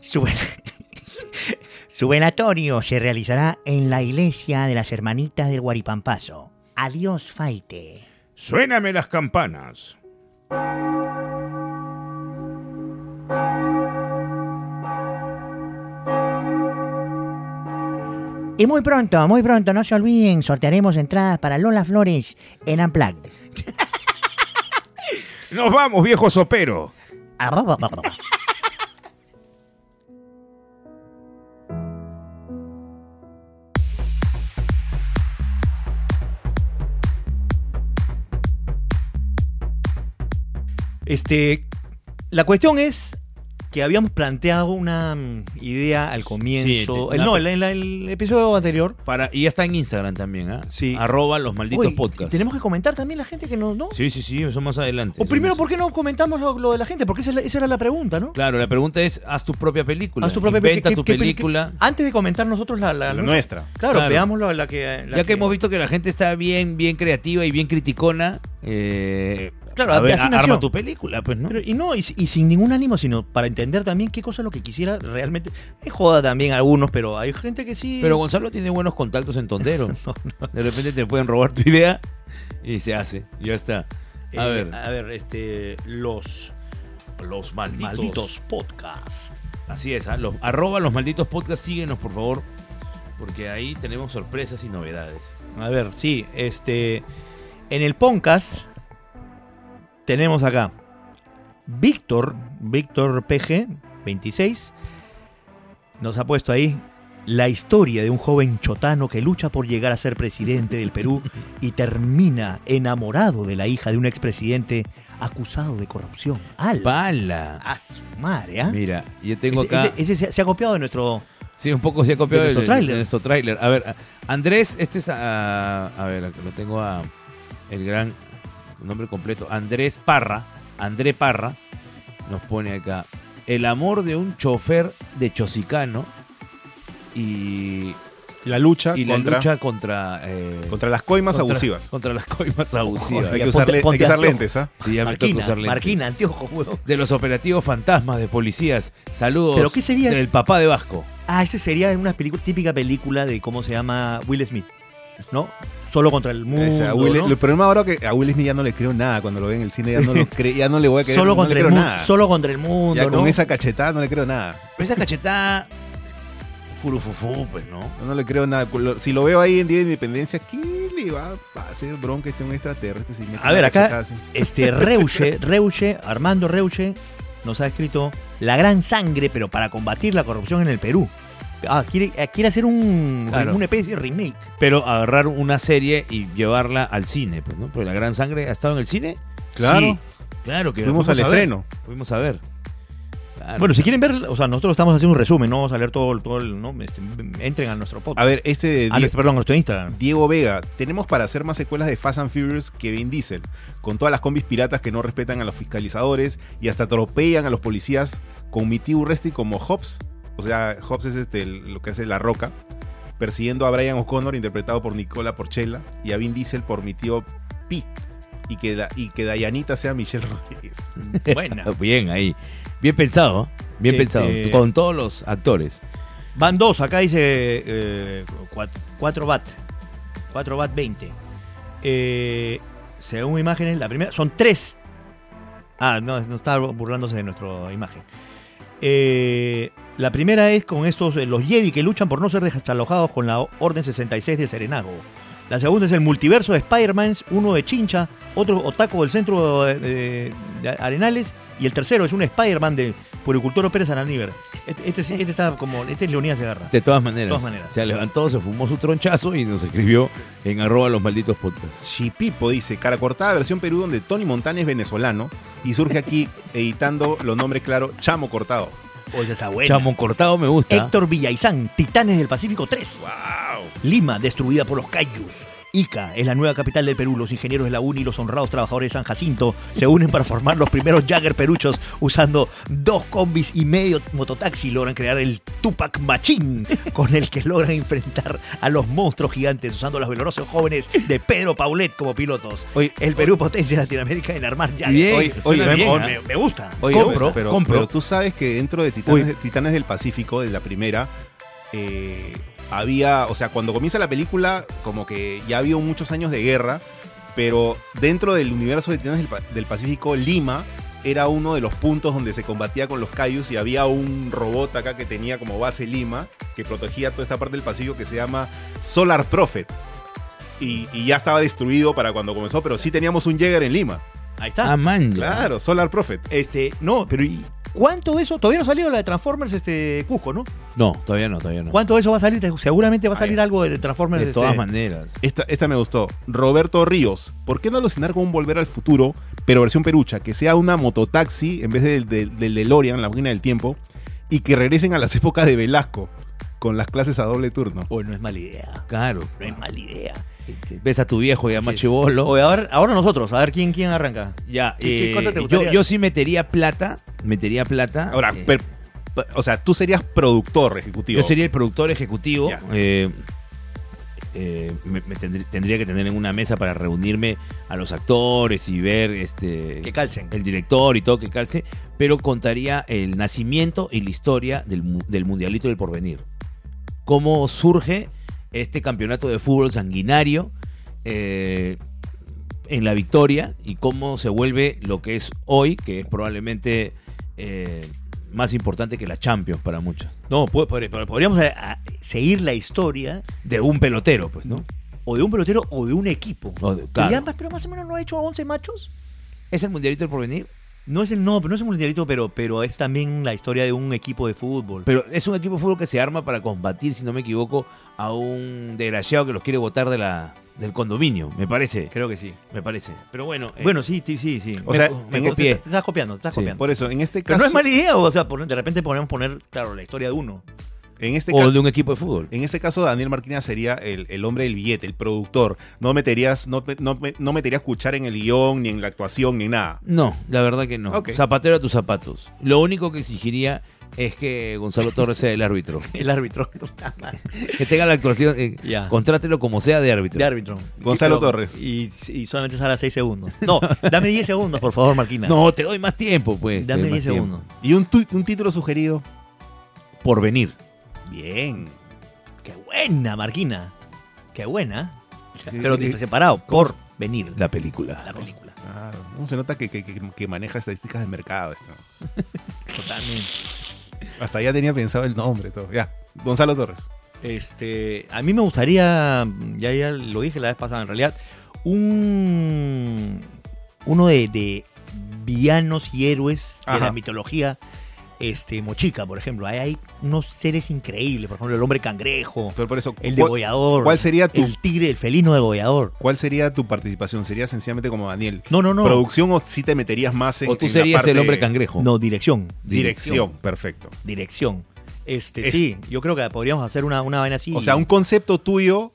[SPEAKER 5] Su, vel- *laughs* su velatorio se realizará en la iglesia de las hermanitas del Guaripampazo. Adiós, Faite.
[SPEAKER 4] Suéname las campanas.
[SPEAKER 5] Y muy pronto, muy pronto, no se olviden, sortearemos entradas para Lola Flores en Unplugged.
[SPEAKER 4] Nos vamos, viejo sopero.
[SPEAKER 2] Este, la cuestión es que habíamos planteado una mm, idea al comienzo.
[SPEAKER 1] te-
[SPEAKER 2] el,
[SPEAKER 1] la-
[SPEAKER 2] no, el, el- el episodio anterior.
[SPEAKER 1] Para, y ya está en Instagram también, ¿ah?
[SPEAKER 2] Sí.
[SPEAKER 1] Arroba los malditos
[SPEAKER 2] Uy, y
[SPEAKER 1] podcasts.
[SPEAKER 2] Tenemos que comentar también la gente que nos. ¿no?
[SPEAKER 1] Sí, sí, sí, eso más adelante.
[SPEAKER 2] o
[SPEAKER 1] eso
[SPEAKER 2] primero,
[SPEAKER 1] más-
[SPEAKER 2] ¿por qué no comentamos lo, lo de la gente? Porque esa, es la- esa era la pregunta, ¿no?
[SPEAKER 1] Claro, la pregunta es, haz tu propia película.
[SPEAKER 2] Haz tu propia
[SPEAKER 1] Inventa
[SPEAKER 2] ¿qué-
[SPEAKER 1] tu
[SPEAKER 2] qué- qué-
[SPEAKER 1] película.
[SPEAKER 2] qué- antes de comentar nosotros la. la-
[SPEAKER 3] La
[SPEAKER 2] la-
[SPEAKER 3] nuestra.
[SPEAKER 2] Claro,
[SPEAKER 1] Claro.
[SPEAKER 2] veamos la, la que. la
[SPEAKER 1] ya que hemos visto que la gente está bien, bien creativa y bien criticona, eh,
[SPEAKER 2] Claro,
[SPEAKER 1] a ver,
[SPEAKER 2] así
[SPEAKER 1] a-
[SPEAKER 2] nació.
[SPEAKER 1] arma tu película, pues, ¿no?
[SPEAKER 2] Pero- y no, y, si- y sin ningún ánimo, sino para entender también qué cosa es lo que quisiera realmente. Me joda también algunos, pero hay gente que sí.
[SPEAKER 1] Pero Gonzalo tiene buenos contactos en
[SPEAKER 2] *laughs*
[SPEAKER 1] Tondero. De repente te pueden robar tu idea y se hace. Ya está.
[SPEAKER 2] Eh,
[SPEAKER 1] A ver.
[SPEAKER 2] A ver, este. Los.
[SPEAKER 1] Los
[SPEAKER 2] Malditos podcast.
[SPEAKER 1] Así es. ¿ah? Los, arroba los malditos podcast. Síguenos, por favor. Porque ahí tenemos sorpresas y novedades.
[SPEAKER 2] A ver, sí, este. En el podcast tenemos acá Víctor, Víctor PG26, nos ha puesto ahí la historia de un joven chotano que lucha por llegar a ser presidente del Perú y termina enamorado de la hija de un expresidente acusado de corrupción. Al.
[SPEAKER 1] Pala.
[SPEAKER 2] A su madre, ¿ah?
[SPEAKER 1] Mira, yo tengo
[SPEAKER 2] Ese-
[SPEAKER 1] acá.
[SPEAKER 2] ese- ese se, se ha copiado de nuestro.
[SPEAKER 1] Sí, un poco se ha copiado
[SPEAKER 2] De nuestro
[SPEAKER 1] el-
[SPEAKER 2] tráiler.
[SPEAKER 1] de nuestro tráiler. A ver, a- Andrés, este es a, a ver, acá lo tengo a el gran su nombre completo, Andrés Parra, André Parra nos pone acá el amor de un chofer de Chosicano y,
[SPEAKER 3] La lucha,
[SPEAKER 1] y la
[SPEAKER 3] Ah, contra,
[SPEAKER 1] lucha contra eh,
[SPEAKER 3] contra las coimas
[SPEAKER 1] contra-
[SPEAKER 3] abusivas.
[SPEAKER 1] contra las coimas abusivas.
[SPEAKER 3] hay,
[SPEAKER 2] Ya,
[SPEAKER 3] que usar,
[SPEAKER 2] ponte-
[SPEAKER 3] le- hay
[SPEAKER 2] ponte
[SPEAKER 3] que usar
[SPEAKER 2] anteojos.
[SPEAKER 3] lentes, ¿ah?
[SPEAKER 1] Sí, ya me toca
[SPEAKER 2] Marquina,
[SPEAKER 1] usar lentes.
[SPEAKER 2] Marquina, anteojo, huevón.
[SPEAKER 1] De los operativos fantasmas de policías. Saludos.
[SPEAKER 2] ¿Pero qué sería?
[SPEAKER 1] Del papá de Vasco.
[SPEAKER 2] Ah, ese sería una película, típica película de cómo se llama Will Smith, ¿no? Solo contra el mundo.
[SPEAKER 3] O sea, Will-
[SPEAKER 2] ¿no?
[SPEAKER 3] El problema ahora que a Will Smith ya no le creo nada. Cuando lo ve en el cine ya no, lo cre- ya no le voy a creer
[SPEAKER 2] Solo,
[SPEAKER 3] no
[SPEAKER 2] contra
[SPEAKER 3] le
[SPEAKER 2] el
[SPEAKER 3] creo
[SPEAKER 2] mundo
[SPEAKER 3] nada.
[SPEAKER 2] solo contra el mundo.
[SPEAKER 3] ya con
[SPEAKER 2] ¿no?
[SPEAKER 3] esa cachetada no le creo nada.
[SPEAKER 1] Pero esa cachetada. Furufufú, pues, ¿no?
[SPEAKER 3] No, no le creo nada. Lo- Si lo veo ahí en Día de Independencia, ¿quién le va a hacer bronca este un extraterrestre? si mete
[SPEAKER 2] A ver,
[SPEAKER 3] una
[SPEAKER 2] acá-
[SPEAKER 3] cachetada así?
[SPEAKER 2] Este Reuche, Reuche, Armando Reuche, nos ha escrito La gran sangre, pero para combatir la corrupción en el Perú. Ah, quiere, eh, quiere hacer un,
[SPEAKER 1] Claro.
[SPEAKER 2] una especie de remake.
[SPEAKER 1] Pero agarrar una serie y llevarla al cine, pues, ¿no? Porque La Gran Sangre ha estado en el cine.
[SPEAKER 3] Claro.
[SPEAKER 1] Sí, claro que
[SPEAKER 3] Fuimos
[SPEAKER 1] la
[SPEAKER 3] al
[SPEAKER 1] a ver.
[SPEAKER 3] estreno.
[SPEAKER 1] Fuimos a ver. Claro.
[SPEAKER 2] Bueno, si quieren ver, o sea, nosotros estamos haciendo un resumen, no vamos a leer todo, el- todo el, ¿no? Este, entren a nuestro
[SPEAKER 3] A
[SPEAKER 2] podcast.
[SPEAKER 3] ver, este de
[SPEAKER 2] A
[SPEAKER 3] Die-
[SPEAKER 2] nuestro- perdón, a nuestro
[SPEAKER 3] *laughs*
[SPEAKER 2] Instagram.
[SPEAKER 3] Diego Vega, tenemos para hacer más secuelas de Fast and Furious que Vin Diesel, con todas las combis piratas que no respetan a los fiscalizadores y hasta atropellan a los policías con mi tío Rusty como Hobbs. O sea, Hobbs es este, el- lo que hace La Roca, persiguiendo a Brian O'Connor, interpretado por Nicola Porchella, y a Vin Diesel por mi tío Pete, y que, Da- y que Dayanita sea Michelle Rodríguez.
[SPEAKER 2] Buena.
[SPEAKER 1] Ah, Bien ahí. Bien pensado, ¿eh? bien
[SPEAKER 2] Este-
[SPEAKER 1] pensado. Con todos los actores.
[SPEAKER 2] Van dos, acá dice eh, 4 bat. 4 bat 20. Eh, según imágenes, la primera. Son tres. Ah, no, no está burlándose de nuestra imagen. Eh, la primera es con estos, eh, los Jedi que luchan por no ser desalojados con la Orden 66 del Serenago. La segunda es el multiverso de Spider-Man, uno de Chincha, otro otaco del centro de, de- de Arenales, y el tercero es un Spider-Man de Puricultoro Pérez Araníver. Este, este, sí- este está como, este es Leonidas Segarra.
[SPEAKER 1] De todas maneras.
[SPEAKER 2] Todas maneras.
[SPEAKER 1] Se levantó, se fumó su tronchazo y nos escribió en arroba los malditos podcasts.
[SPEAKER 3] Chipipo dice, cara cortada versión Perú donde Tony Montana es venezolano y surge aquí editando los nombres claro, Chamo Cortado.
[SPEAKER 2] Oye, está buena.
[SPEAKER 1] Chamón cortado me gusta.
[SPEAKER 2] Héctor Villaizán, Titanes del Pacífico 3. Lima, destruida por los cayus. Ica es la nueva capital del Perú. Los ingenieros de la UNI y los honrados trabajadores de San Jacinto se unen para formar los primeros Jagger peruchos usando dos combis y medio mototaxi. Logran crear el
[SPEAKER 1] *laughs*
[SPEAKER 2] Tupac Machín, con el que logran enfrentar a los monstruos gigantes usando los velorosos jóvenes de Pedro Paulet como pilotos.
[SPEAKER 3] Oye,
[SPEAKER 2] El Perú potencia en Latinoamérica en armar Jagger.
[SPEAKER 1] Bien,
[SPEAKER 2] Oye,
[SPEAKER 1] suena
[SPEAKER 2] me-
[SPEAKER 1] bien,
[SPEAKER 2] oh,
[SPEAKER 1] ¿ah?
[SPEAKER 2] me, me gusta.
[SPEAKER 3] Oye,
[SPEAKER 1] Compro,
[SPEAKER 3] pero,
[SPEAKER 1] compro.
[SPEAKER 3] pero tú sabes que dentro de Titanes, Titanes del Pacífico, de la primera, eh, había, o sea, cuando comienza la película, como que ya había muchos años de guerra, pero dentro del universo de Titanes del, Pa- del Pacífico, Lima era uno de los puntos donde se combatía con los Cayus y había un robot acá que tenía como base Lima, que protegía toda esta parte del Pacífico que se llama Solar Prophet. Y, y ya estaba destruido para cuando comenzó, pero sí teníamos un Jäger en Lima.
[SPEAKER 2] Ahí está.
[SPEAKER 1] Ah, man.
[SPEAKER 3] Claro, Solar Prophet.
[SPEAKER 2] Este, no, pero ¿y cuánto de eso? Todavía no ha salido la de Transformers este, Cusco, ¿no?
[SPEAKER 1] No, todavía no, todavía no.
[SPEAKER 2] ¿Cuánto de eso va a salir? Seguramente va a salir algo de Transformers.
[SPEAKER 1] Ah, De
[SPEAKER 2] este,
[SPEAKER 1] todas maneras.
[SPEAKER 3] Esta, esta me gustó. Roberto Ríos. ¿Por qué no alucinar con un volver al futuro, pero versión perucha? Que sea una mototaxi en vez del de, del DeLorean, la máquina del tiempo, y que regresen a las épocas de Velasco, con las clases a doble turno.
[SPEAKER 2] Uy, no es mala idea.
[SPEAKER 1] Claro. Este,
[SPEAKER 2] No es mala idea.
[SPEAKER 1] Ves a tu viejo ya más chivolo.
[SPEAKER 2] Oye, ahora, ahora nosotros, a ver quién, quién arranca.
[SPEAKER 1] Ya,
[SPEAKER 2] ¿Qué- qué
[SPEAKER 1] eh,
[SPEAKER 2] cosa te
[SPEAKER 1] yo,
[SPEAKER 2] gustaría?
[SPEAKER 1] yo sí metería plata, metería plata.
[SPEAKER 3] Ahora,
[SPEAKER 1] eh,
[SPEAKER 3] per- per- o sea, tú serías productor ejecutivo.
[SPEAKER 1] yo sería el productor ejecutivo.
[SPEAKER 3] Ya.
[SPEAKER 1] eh, eh, me- me tendrí- tendría que tener en una mesa para reunirme a los actores y ver este
[SPEAKER 2] Que calcen. Eh,
[SPEAKER 1] el director y todo que calce, pero contaría el nacimiento y la historia del, mu- del Mundialito del Porvenir. Cómo surge este campeonato de fútbol sanguinario eh, en la victoria y cómo se vuelve lo que es hoy, que es probablemente eh, más importante que la Champions para muchos.
[SPEAKER 2] No, pu- pu- pu- podríamos eh, a- seguir la historia
[SPEAKER 1] De un pelotero, pues, ¿no?
[SPEAKER 2] o de un pelotero o de un equipo.
[SPEAKER 1] O de-
[SPEAKER 2] Y
[SPEAKER 1] claro.
[SPEAKER 2] ambas, pero más o menos no ha hecho 11 machos.
[SPEAKER 1] ¿Es el Mundialito del Porvenir?
[SPEAKER 2] No es el no, no es un mundialito, pero, pero es también la historia de un equipo de fútbol.
[SPEAKER 1] Pero es un equipo de fútbol que se arma para combatir, si no me equivoco, a un desgraciado que los quiere votar de la, del condominio, me parece.
[SPEAKER 2] Creo que sí.
[SPEAKER 1] Me parece. Pero bueno. eh,
[SPEAKER 2] Bueno, sí, sí, sí, sí.
[SPEAKER 3] O sea,
[SPEAKER 2] me,
[SPEAKER 3] en
[SPEAKER 2] me-
[SPEAKER 1] este-
[SPEAKER 2] te, te estás copiando, te estás
[SPEAKER 1] Sí,
[SPEAKER 2] copiando.
[SPEAKER 3] Por eso, en este
[SPEAKER 2] pero
[SPEAKER 3] caso.
[SPEAKER 2] no es mala idea, o sea, por- de repente podemos poner, claro, la historia de uno. *laughs*
[SPEAKER 3] en este
[SPEAKER 1] o
[SPEAKER 3] caso.
[SPEAKER 1] de un equipo de fútbol.
[SPEAKER 3] En este caso, Daniel Martínez sería el, el hombre del billete, el productor. No meterías, no, pe- no, pe- no meterías cuchara en el guión, ni en la actuación, ni en nada.
[SPEAKER 1] No, la verdad que no.
[SPEAKER 3] Ok.
[SPEAKER 1] Zapatero a tus zapatos. Lo único que exigiría es que Gonzalo Torres sea el árbitro.
[SPEAKER 2] El árbitro.
[SPEAKER 1] Que tenga la actuación. eh,
[SPEAKER 2] *laughs* Ya.
[SPEAKER 1] Contrátelo como sea de árbitro.
[SPEAKER 2] de árbitro.
[SPEAKER 3] Gonzalo
[SPEAKER 2] Pero-
[SPEAKER 3] Torres.
[SPEAKER 2] Y, y solamente sale a 6 segundos. No, dame 10 segundos, por favor, Marquina.
[SPEAKER 1] No, te doy más tiempo, pues. te
[SPEAKER 2] dame
[SPEAKER 1] doy más
[SPEAKER 2] 10
[SPEAKER 1] tiempo.
[SPEAKER 2] segundos.
[SPEAKER 3] Y un, tu- un título sugerido.
[SPEAKER 1] Por venir.
[SPEAKER 3] Bien.
[SPEAKER 2] Qué buena, Marquina. Qué buena. Pero dice separado, por venir.
[SPEAKER 1] La película.
[SPEAKER 2] la película.
[SPEAKER 3] Claro. No, se nota que, que- que- que maneja estadísticas de mercado. esto.
[SPEAKER 2] Totalmente.
[SPEAKER 3] Hasta ya tenía pensado el nombre. Todo. Ya. Gonzalo Torres.
[SPEAKER 2] Este, a mí me gustaría, ya, ya lo dije la vez pasada en realidad, un uno de, de villanos y héroes de
[SPEAKER 3] Ajá.
[SPEAKER 2] la mitología este, mochica, por ejemplo. Ahí hay unos seres increíbles, por ejemplo, el hombre cangrejo,
[SPEAKER 3] Pero por eso, ¿cuál,
[SPEAKER 2] el degollador,
[SPEAKER 3] cuál sería tu,
[SPEAKER 2] el tigre, el felino degollador.
[SPEAKER 3] cuál sería tu participación? ¿Sería sencillamente como Daniel?
[SPEAKER 2] No, no, no.
[SPEAKER 3] ¿Producción o si te meterías más en
[SPEAKER 1] o tú
[SPEAKER 3] en la
[SPEAKER 1] serías el
[SPEAKER 3] parte-
[SPEAKER 1] hombre cangrejo.
[SPEAKER 2] no, dirección.
[SPEAKER 3] Dirección. Perfecto.
[SPEAKER 2] Dirección. Este,
[SPEAKER 3] Es-
[SPEAKER 2] sí, yo creo que podríamos hacer una, una vaina así.
[SPEAKER 3] O sea, un concepto tuyo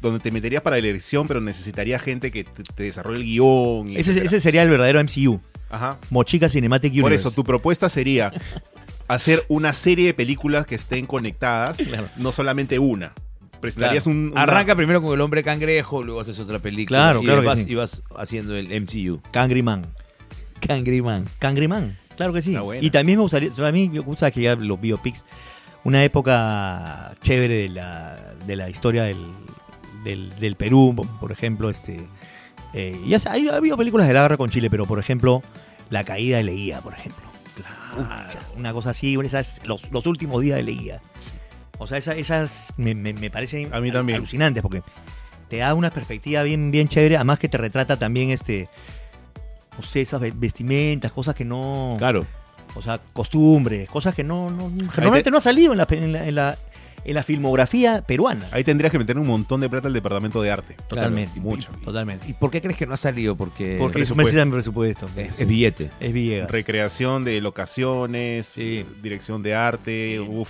[SPEAKER 3] donde te meterías para la dirección, pero necesitaría gente que te, te desarrolle el guión. y
[SPEAKER 2] ese,
[SPEAKER 3] etcétera.
[SPEAKER 2] ese sería el verdadero MCU.
[SPEAKER 3] Ajá.
[SPEAKER 2] Mochica Cinematic Universe.
[SPEAKER 3] Por eso, tu propuesta sería hacer una serie de películas que estén conectadas,
[SPEAKER 2] Claro.
[SPEAKER 3] no solamente una. Presentarías
[SPEAKER 1] Claro.
[SPEAKER 3] un... una-
[SPEAKER 1] Arranca primero con el hombre cangrejo, luego haces otra película.
[SPEAKER 2] Claro,
[SPEAKER 1] y
[SPEAKER 2] claro que
[SPEAKER 1] vas,
[SPEAKER 2] sí.
[SPEAKER 1] y vas haciendo el MCU.
[SPEAKER 2] Cangriman.
[SPEAKER 1] Cangriman.
[SPEAKER 2] Cangreman, claro que sí.
[SPEAKER 3] Está buena.
[SPEAKER 2] Y también me gustaría, a mí me gusta que ya los biopics, una época chévere de la, de la historia del, del, del Perú, por ejemplo, este eh, ya sé, hay- ha habido películas de la guerra con Chile, pero por ejemplo, La caída de Leguía, por ejemplo. Claro. Una cosa así, esas- los, los últimos días de Leguía. O sea, esas, esas me, me- me parecen
[SPEAKER 3] A mí
[SPEAKER 2] al-
[SPEAKER 3] también.
[SPEAKER 2] alucinantes porque te da una perspectiva bien, bien chévere, además que te retrata también este no sé, esas ve- vestimentas, cosas que no.
[SPEAKER 1] Claro.
[SPEAKER 2] O sea, costumbres, cosas que no. no que normalmente no ha salido en la, en la, en la- en la filmografía peruana.
[SPEAKER 3] Ahí tendrías que meter un montón de plata al departamento de arte.
[SPEAKER 2] Totalmente.
[SPEAKER 3] mucho. Eh,
[SPEAKER 2] Totalmente.
[SPEAKER 1] ¿Y por qué crees que no ha salido? Porque, Eh.
[SPEAKER 2] Porque
[SPEAKER 1] es,
[SPEAKER 2] eso necesita mi presupuesto. pues.
[SPEAKER 1] es billete.
[SPEAKER 2] Es Villegas.
[SPEAKER 3] Recreación de locaciones,
[SPEAKER 2] Sí.
[SPEAKER 3] dirección de arte, uf.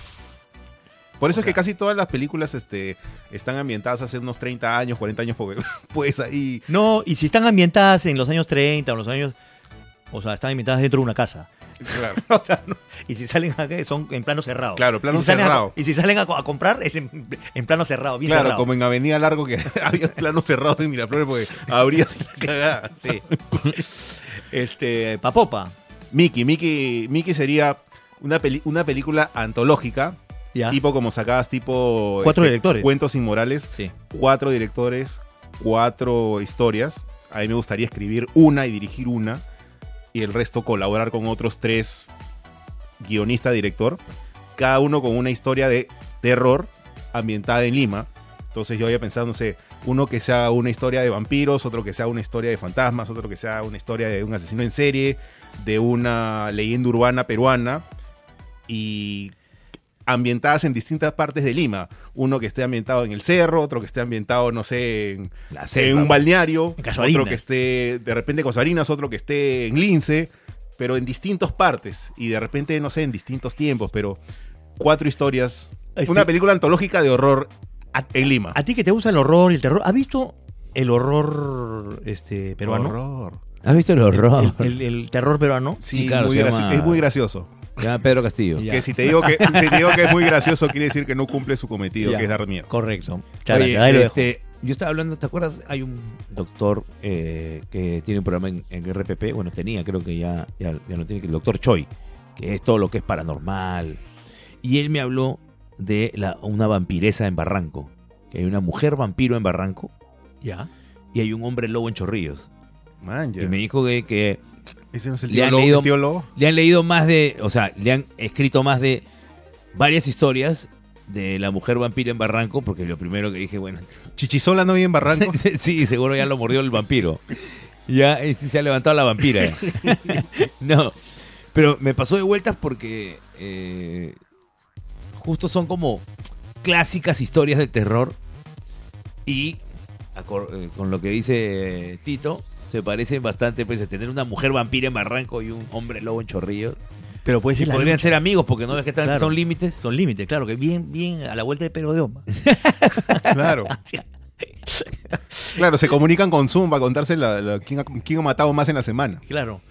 [SPEAKER 3] Por eso
[SPEAKER 2] O
[SPEAKER 3] es que
[SPEAKER 2] sea-
[SPEAKER 3] casi todas las películas este, están ambientadas hace unos 30 años, 40 años, porque *laughs* pues ahí...
[SPEAKER 2] No, y si están ambientadas en los años 30 o los años. O sea, están ambientadas dentro de una casa. *laughs*
[SPEAKER 3] Claro,
[SPEAKER 2] O sea, no- y si salen acá, son en plano cerrado.
[SPEAKER 3] Claro, plano
[SPEAKER 2] Y si salen a-
[SPEAKER 3] cerrado.
[SPEAKER 2] y si salen a, co- a comprar, es en, en plano cerrado, bien
[SPEAKER 3] claro,
[SPEAKER 2] cerrado.
[SPEAKER 3] como en Avenida Largo que *laughs* había planos cerrados de Miraflores porque abrías y cagadas.
[SPEAKER 2] Sí. *laughs* este, Papopa.
[SPEAKER 3] Mickey, Mickey, Mickey sería una, peli- una película antológica,
[SPEAKER 2] Ya.
[SPEAKER 3] tipo como sacabas tipo...
[SPEAKER 2] Ah.
[SPEAKER 3] este,
[SPEAKER 2] Cuatro directores.
[SPEAKER 3] Cuentos inmorales,
[SPEAKER 2] Sí.
[SPEAKER 3] cuatro directores, cuatro historias. A mí me gustaría escribir una y dirigir una. Y el resto colaborar con otros tres guionista, director. Cada uno con una historia de terror ambientada en Lima. Entonces yo había pensado, no sé, uno que sea una historia de vampiros, otro que sea una historia de fantasmas, otro que sea una historia de un asesino en serie, de una leyenda urbana peruana. Y ambientadas en distintas partes de Lima. Uno que esté ambientado en el cerro, otro que esté ambientado, no sé, en,
[SPEAKER 1] La
[SPEAKER 3] en un balneario,
[SPEAKER 2] En Casuarinas.
[SPEAKER 3] otro que esté de repente con Sarinas, otro que esté en Lince, pero en distintas partes y de repente, no sé, en distintos tiempos, pero cuatro historias.
[SPEAKER 2] Este-
[SPEAKER 3] Una película antológica de horror
[SPEAKER 2] A-
[SPEAKER 3] en Lima.
[SPEAKER 2] A ti que te gusta el horror y el terror, ¿has visto el horror este peruano?
[SPEAKER 3] Horror.
[SPEAKER 1] ¿Has visto el horror? *laughs*
[SPEAKER 2] El, el- el terror peruano.
[SPEAKER 3] Sí,
[SPEAKER 1] Sí, claro,
[SPEAKER 3] muy
[SPEAKER 1] se
[SPEAKER 3] graci-
[SPEAKER 1] llama-
[SPEAKER 3] es muy gracioso.
[SPEAKER 1] Se llama Pedro Castillo.
[SPEAKER 2] Ya.
[SPEAKER 3] Que si te,
[SPEAKER 1] *laughs*
[SPEAKER 3] digo que si te digo que es muy gracioso, quiere decir que no cumple su cometido,
[SPEAKER 2] Ya.
[SPEAKER 3] que es dar miedo.
[SPEAKER 2] Correcto. Muchas
[SPEAKER 1] Oye,
[SPEAKER 2] gracias, ahí lo dejo.
[SPEAKER 1] este, yo estaba hablando, ¿te acuerdas? Hay un doctor eh, que tiene un programa en, en RPP, bueno, tenía, creo que ya, ya, ya no tiene, que el doctor Choi, que es todo lo que es paranormal. Y él me habló de la, una vampiresa en Barranco, que hay una mujer vampiro en Barranco
[SPEAKER 2] Ya.
[SPEAKER 1] y hay un hombre lobo en Chorrillos.
[SPEAKER 3] Man, ya.
[SPEAKER 1] Y me dijo que, que
[SPEAKER 3] Ese no es el
[SPEAKER 1] le
[SPEAKER 3] tío
[SPEAKER 1] han
[SPEAKER 3] Lobo,
[SPEAKER 1] leído-
[SPEAKER 3] el tío Lobo.
[SPEAKER 1] le han leído más de, o sea, le han escrito más de varias historias de la mujer vampiro en Barranco, porque lo primero que dije, bueno, *laughs*
[SPEAKER 3] Chichisola no vive en Barranco.
[SPEAKER 1] sí, seguro ya lo mordió el vampiro. Ya este, se ha levantado la vampira. *laughs* no, pero me pasó de vueltas porque eh, justo son como clásicas historias del terror y acor- eh, con lo que dice eh, Tito se parece bastante pues a tener una mujer vampira en Barranco y un hombre lobo en Chorrillos.
[SPEAKER 2] Pero puede
[SPEAKER 1] Y
[SPEAKER 2] ser la
[SPEAKER 1] podrían
[SPEAKER 2] lucha.
[SPEAKER 1] ser amigos porque no ves que están-
[SPEAKER 2] Claro.
[SPEAKER 1] son límites.
[SPEAKER 2] Son límites, claro, que bien, bien a la vuelta de Pedro de Oma.
[SPEAKER 1] *laughs*
[SPEAKER 3] Claro. Claro, se comunican con Zoom para contarse la- la- quién, ha, quién ha matado más en la semana.
[SPEAKER 2] *laughs* Claro.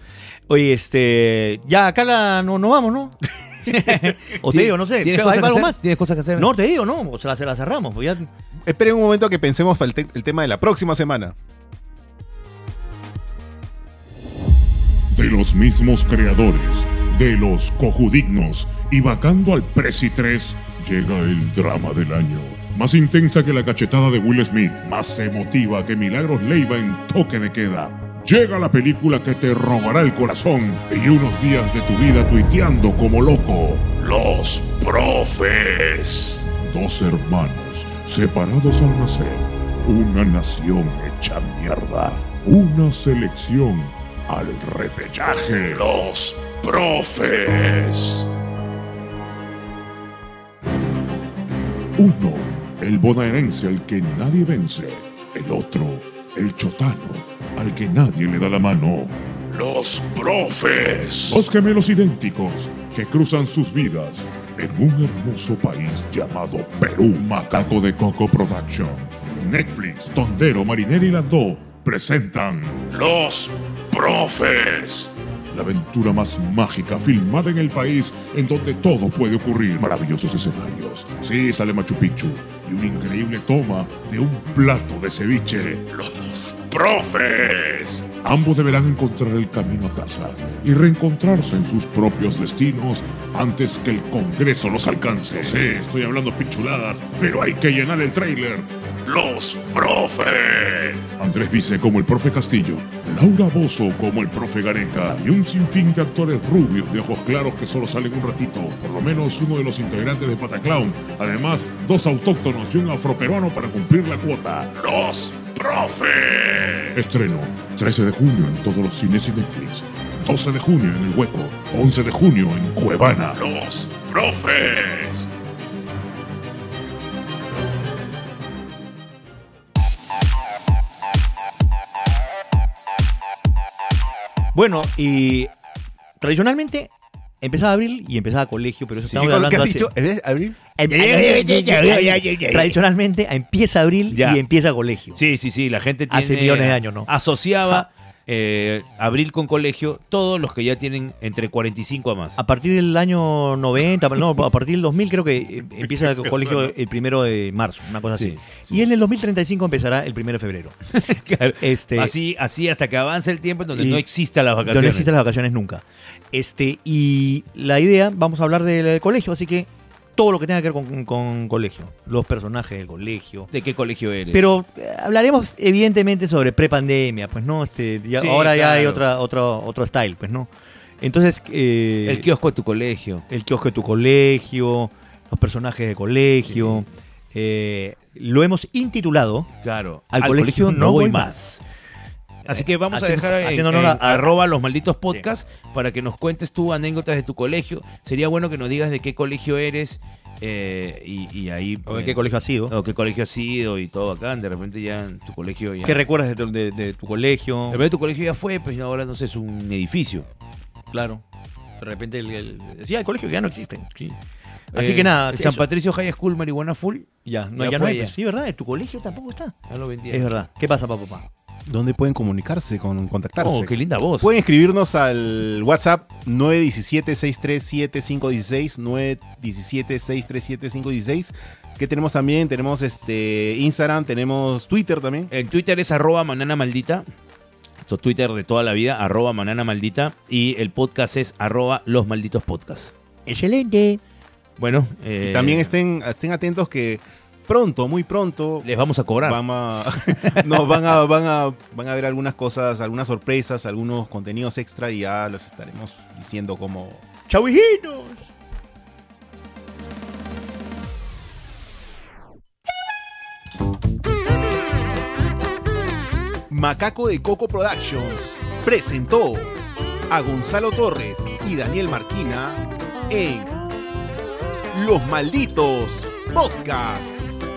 [SPEAKER 2] Oye, este. Ya acá la, no, no vamos, ¿no? *laughs* o te
[SPEAKER 1] Tien-
[SPEAKER 2] digo, no sé. ¿Hay
[SPEAKER 1] ¿Tienes cosas, que
[SPEAKER 2] algo
[SPEAKER 1] hacer?
[SPEAKER 2] más?
[SPEAKER 1] ¿Tienes cosas que hacer?
[SPEAKER 2] No, te digo, no. O sea, se la cerramos. Pues ya.
[SPEAKER 3] Esperen un momento a que pensemos para el, te- el tema de la próxima semana.
[SPEAKER 6] de los mismos creadores, de los cojudignos y vacando al Prezi 3, llega el drama del año. Más intensa que la cachetada de Will Smith, más emotiva que Milagros Leiva en toque de queda. Llega la película que te robará el corazón y unos días de tu vida tuiteando como loco. Los profes. Dos hermanos separados al nacer. Una nación hecha mierda. Una selección al repechaje. Los profes. Uno, el bonaerense al que nadie vence. El otro, el chotano, al que nadie le da la mano. Los profes. Dos gemelos idénticos que cruzan sus vidas en un hermoso país llamado Perú. Macaco de Coco Production. Netflix, Tondero, Marinero y Landó presentan Los profes. La aventura más mágica filmada en el país en donde todo puede ocurrir. Maravillosos escenarios. Sí, sale Machu Picchu. Y una increíble toma de un plato de ceviche. Los profes. Ambos deberán encontrar el camino a casa y reencontrarse en sus propios destinos antes que el Congreso los alcance. Sí, estoy hablando pichuladas, pero hay que llenar el tráiler. Los profes. Andrés Vice como el profe Castillo, Laura Bozo como el profe Gareca y un sinfín de actores rubios de ojos claros que solo salen un ratito, por lo menos uno de los integrantes de Pataclown. Además, dos autóctonos y un afroperuano para cumplir la cuota. Los profes. Estreno 13 de junio en todos los cines y Netflix. 12 de junio en El Hueco, 11 de junio en Cuevana. Los profes.
[SPEAKER 2] Bueno, y. Tradicionalmente. Empezaba abril y empezaba colegio, pero eso
[SPEAKER 3] Sí,
[SPEAKER 2] estamos
[SPEAKER 3] ¿qué- ¿Qué
[SPEAKER 2] hablando
[SPEAKER 3] has
[SPEAKER 2] hace-
[SPEAKER 3] dicho? ¿Eh, ¿Abril?
[SPEAKER 2] Tradicionalmente empieza abril
[SPEAKER 1] Ya.
[SPEAKER 2] y empieza colegio.
[SPEAKER 1] Sí, sí, sí, la gente tiene...
[SPEAKER 2] Hace millones de años, ¿no? Ah.
[SPEAKER 1] Asociaba eh, abril con colegio todos los que ya tienen entre 45 a más.
[SPEAKER 2] A partir del año 90, no, a partir del 2000 creo que eh, empieza el colegio el primero de marzo, una cosa
[SPEAKER 1] Sí,
[SPEAKER 2] así. Y en el 2035 empezará el primero de febrero.
[SPEAKER 1] *laughs* Claro.
[SPEAKER 2] Este,
[SPEAKER 1] así, así hasta que avance el tiempo en donde
[SPEAKER 2] y-
[SPEAKER 1] no exista las vacaciones.
[SPEAKER 2] donde no existen las vacaciones nunca. Este, y la idea, vamos a hablar del colegio, así que todo lo que tenga que ver con, con colegio, los personajes del colegio.
[SPEAKER 1] ¿De qué colegio eres?
[SPEAKER 2] Pero eh, hablaremos evidentemente sobre prepandemia, pues no, este, ya-
[SPEAKER 1] Sí,
[SPEAKER 2] ahora ya hay
[SPEAKER 1] claro.
[SPEAKER 2] otra, otro, otro style, pues no. Entonces, eh,
[SPEAKER 1] el kiosco de tu colegio.
[SPEAKER 2] el kiosco de tu colegio, los personajes de colegio. eh, lo hemos intitulado
[SPEAKER 1] Claro.
[SPEAKER 2] Al, colegio, no voy más.
[SPEAKER 1] Así que vamos
[SPEAKER 2] Haciendo-
[SPEAKER 1] a dejar en-
[SPEAKER 2] haciendo
[SPEAKER 1] en
[SPEAKER 2] honor a- a-
[SPEAKER 1] arroba los malditos podcasts para que nos cuentes tú anécdotas de tu colegio. Sería bueno que nos digas de qué colegio eres eh, y, y ahí...
[SPEAKER 2] O en
[SPEAKER 1] eh,
[SPEAKER 2] qué colegio has sido.
[SPEAKER 1] o qué colegio has sido y todo acá. De repente ya en tu colegio ya...
[SPEAKER 2] ¿Qué recuerdas de tu, de- de tu colegio?
[SPEAKER 1] De repente tu colegio ya fue, pues ahora no sé, es un edificio.
[SPEAKER 2] Claro. De repente el, el- sí, el colegio ya no existe.
[SPEAKER 1] Eh,
[SPEAKER 2] Así que nada,
[SPEAKER 1] el
[SPEAKER 2] sí,
[SPEAKER 1] San
[SPEAKER 2] eso.
[SPEAKER 1] Patricio High School Marihuana Full.
[SPEAKER 2] ya, no,
[SPEAKER 1] ya
[SPEAKER 2] ya, no
[SPEAKER 1] fue,
[SPEAKER 2] hay.
[SPEAKER 1] ya.
[SPEAKER 2] pues. Sí, verdad, tu colegio tampoco está.
[SPEAKER 1] Ya lo vendí.
[SPEAKER 2] Es verdad. ¿Qué pasa, papá? papá?
[SPEAKER 3] ¿Dónde pueden comunicarse, con, contactarse?
[SPEAKER 1] Oh, qué linda voz.
[SPEAKER 2] Pues-
[SPEAKER 3] Pueden escribirnos al WhatsApp 917-637-516, 917-637-516. ¿Qué tenemos también? Tenemos este Instagram, tenemos Twitter también.
[SPEAKER 1] En Twitter es arroba manana maldita. Esto es Twitter de toda la vida, arroba manana maldita. Y el podcast es arroba los malditos podcasts.
[SPEAKER 5] Excelente.
[SPEAKER 1] Bueno, eh,
[SPEAKER 3] Y también estén, estén atentos que pronto, muy pronto,
[SPEAKER 1] les vamos a cobrar.
[SPEAKER 3] Vamos a- *laughs* no, van a, van a, van a ver algunas cosas, algunas sorpresas, algunos contenidos extra y ya los estaremos diciendo como
[SPEAKER 2] ¡Chavijinos!
[SPEAKER 3] Macaco de Coco Productions presentó a Gonzalo Torres y Daniel Marquina en Los Malditos Podcasts.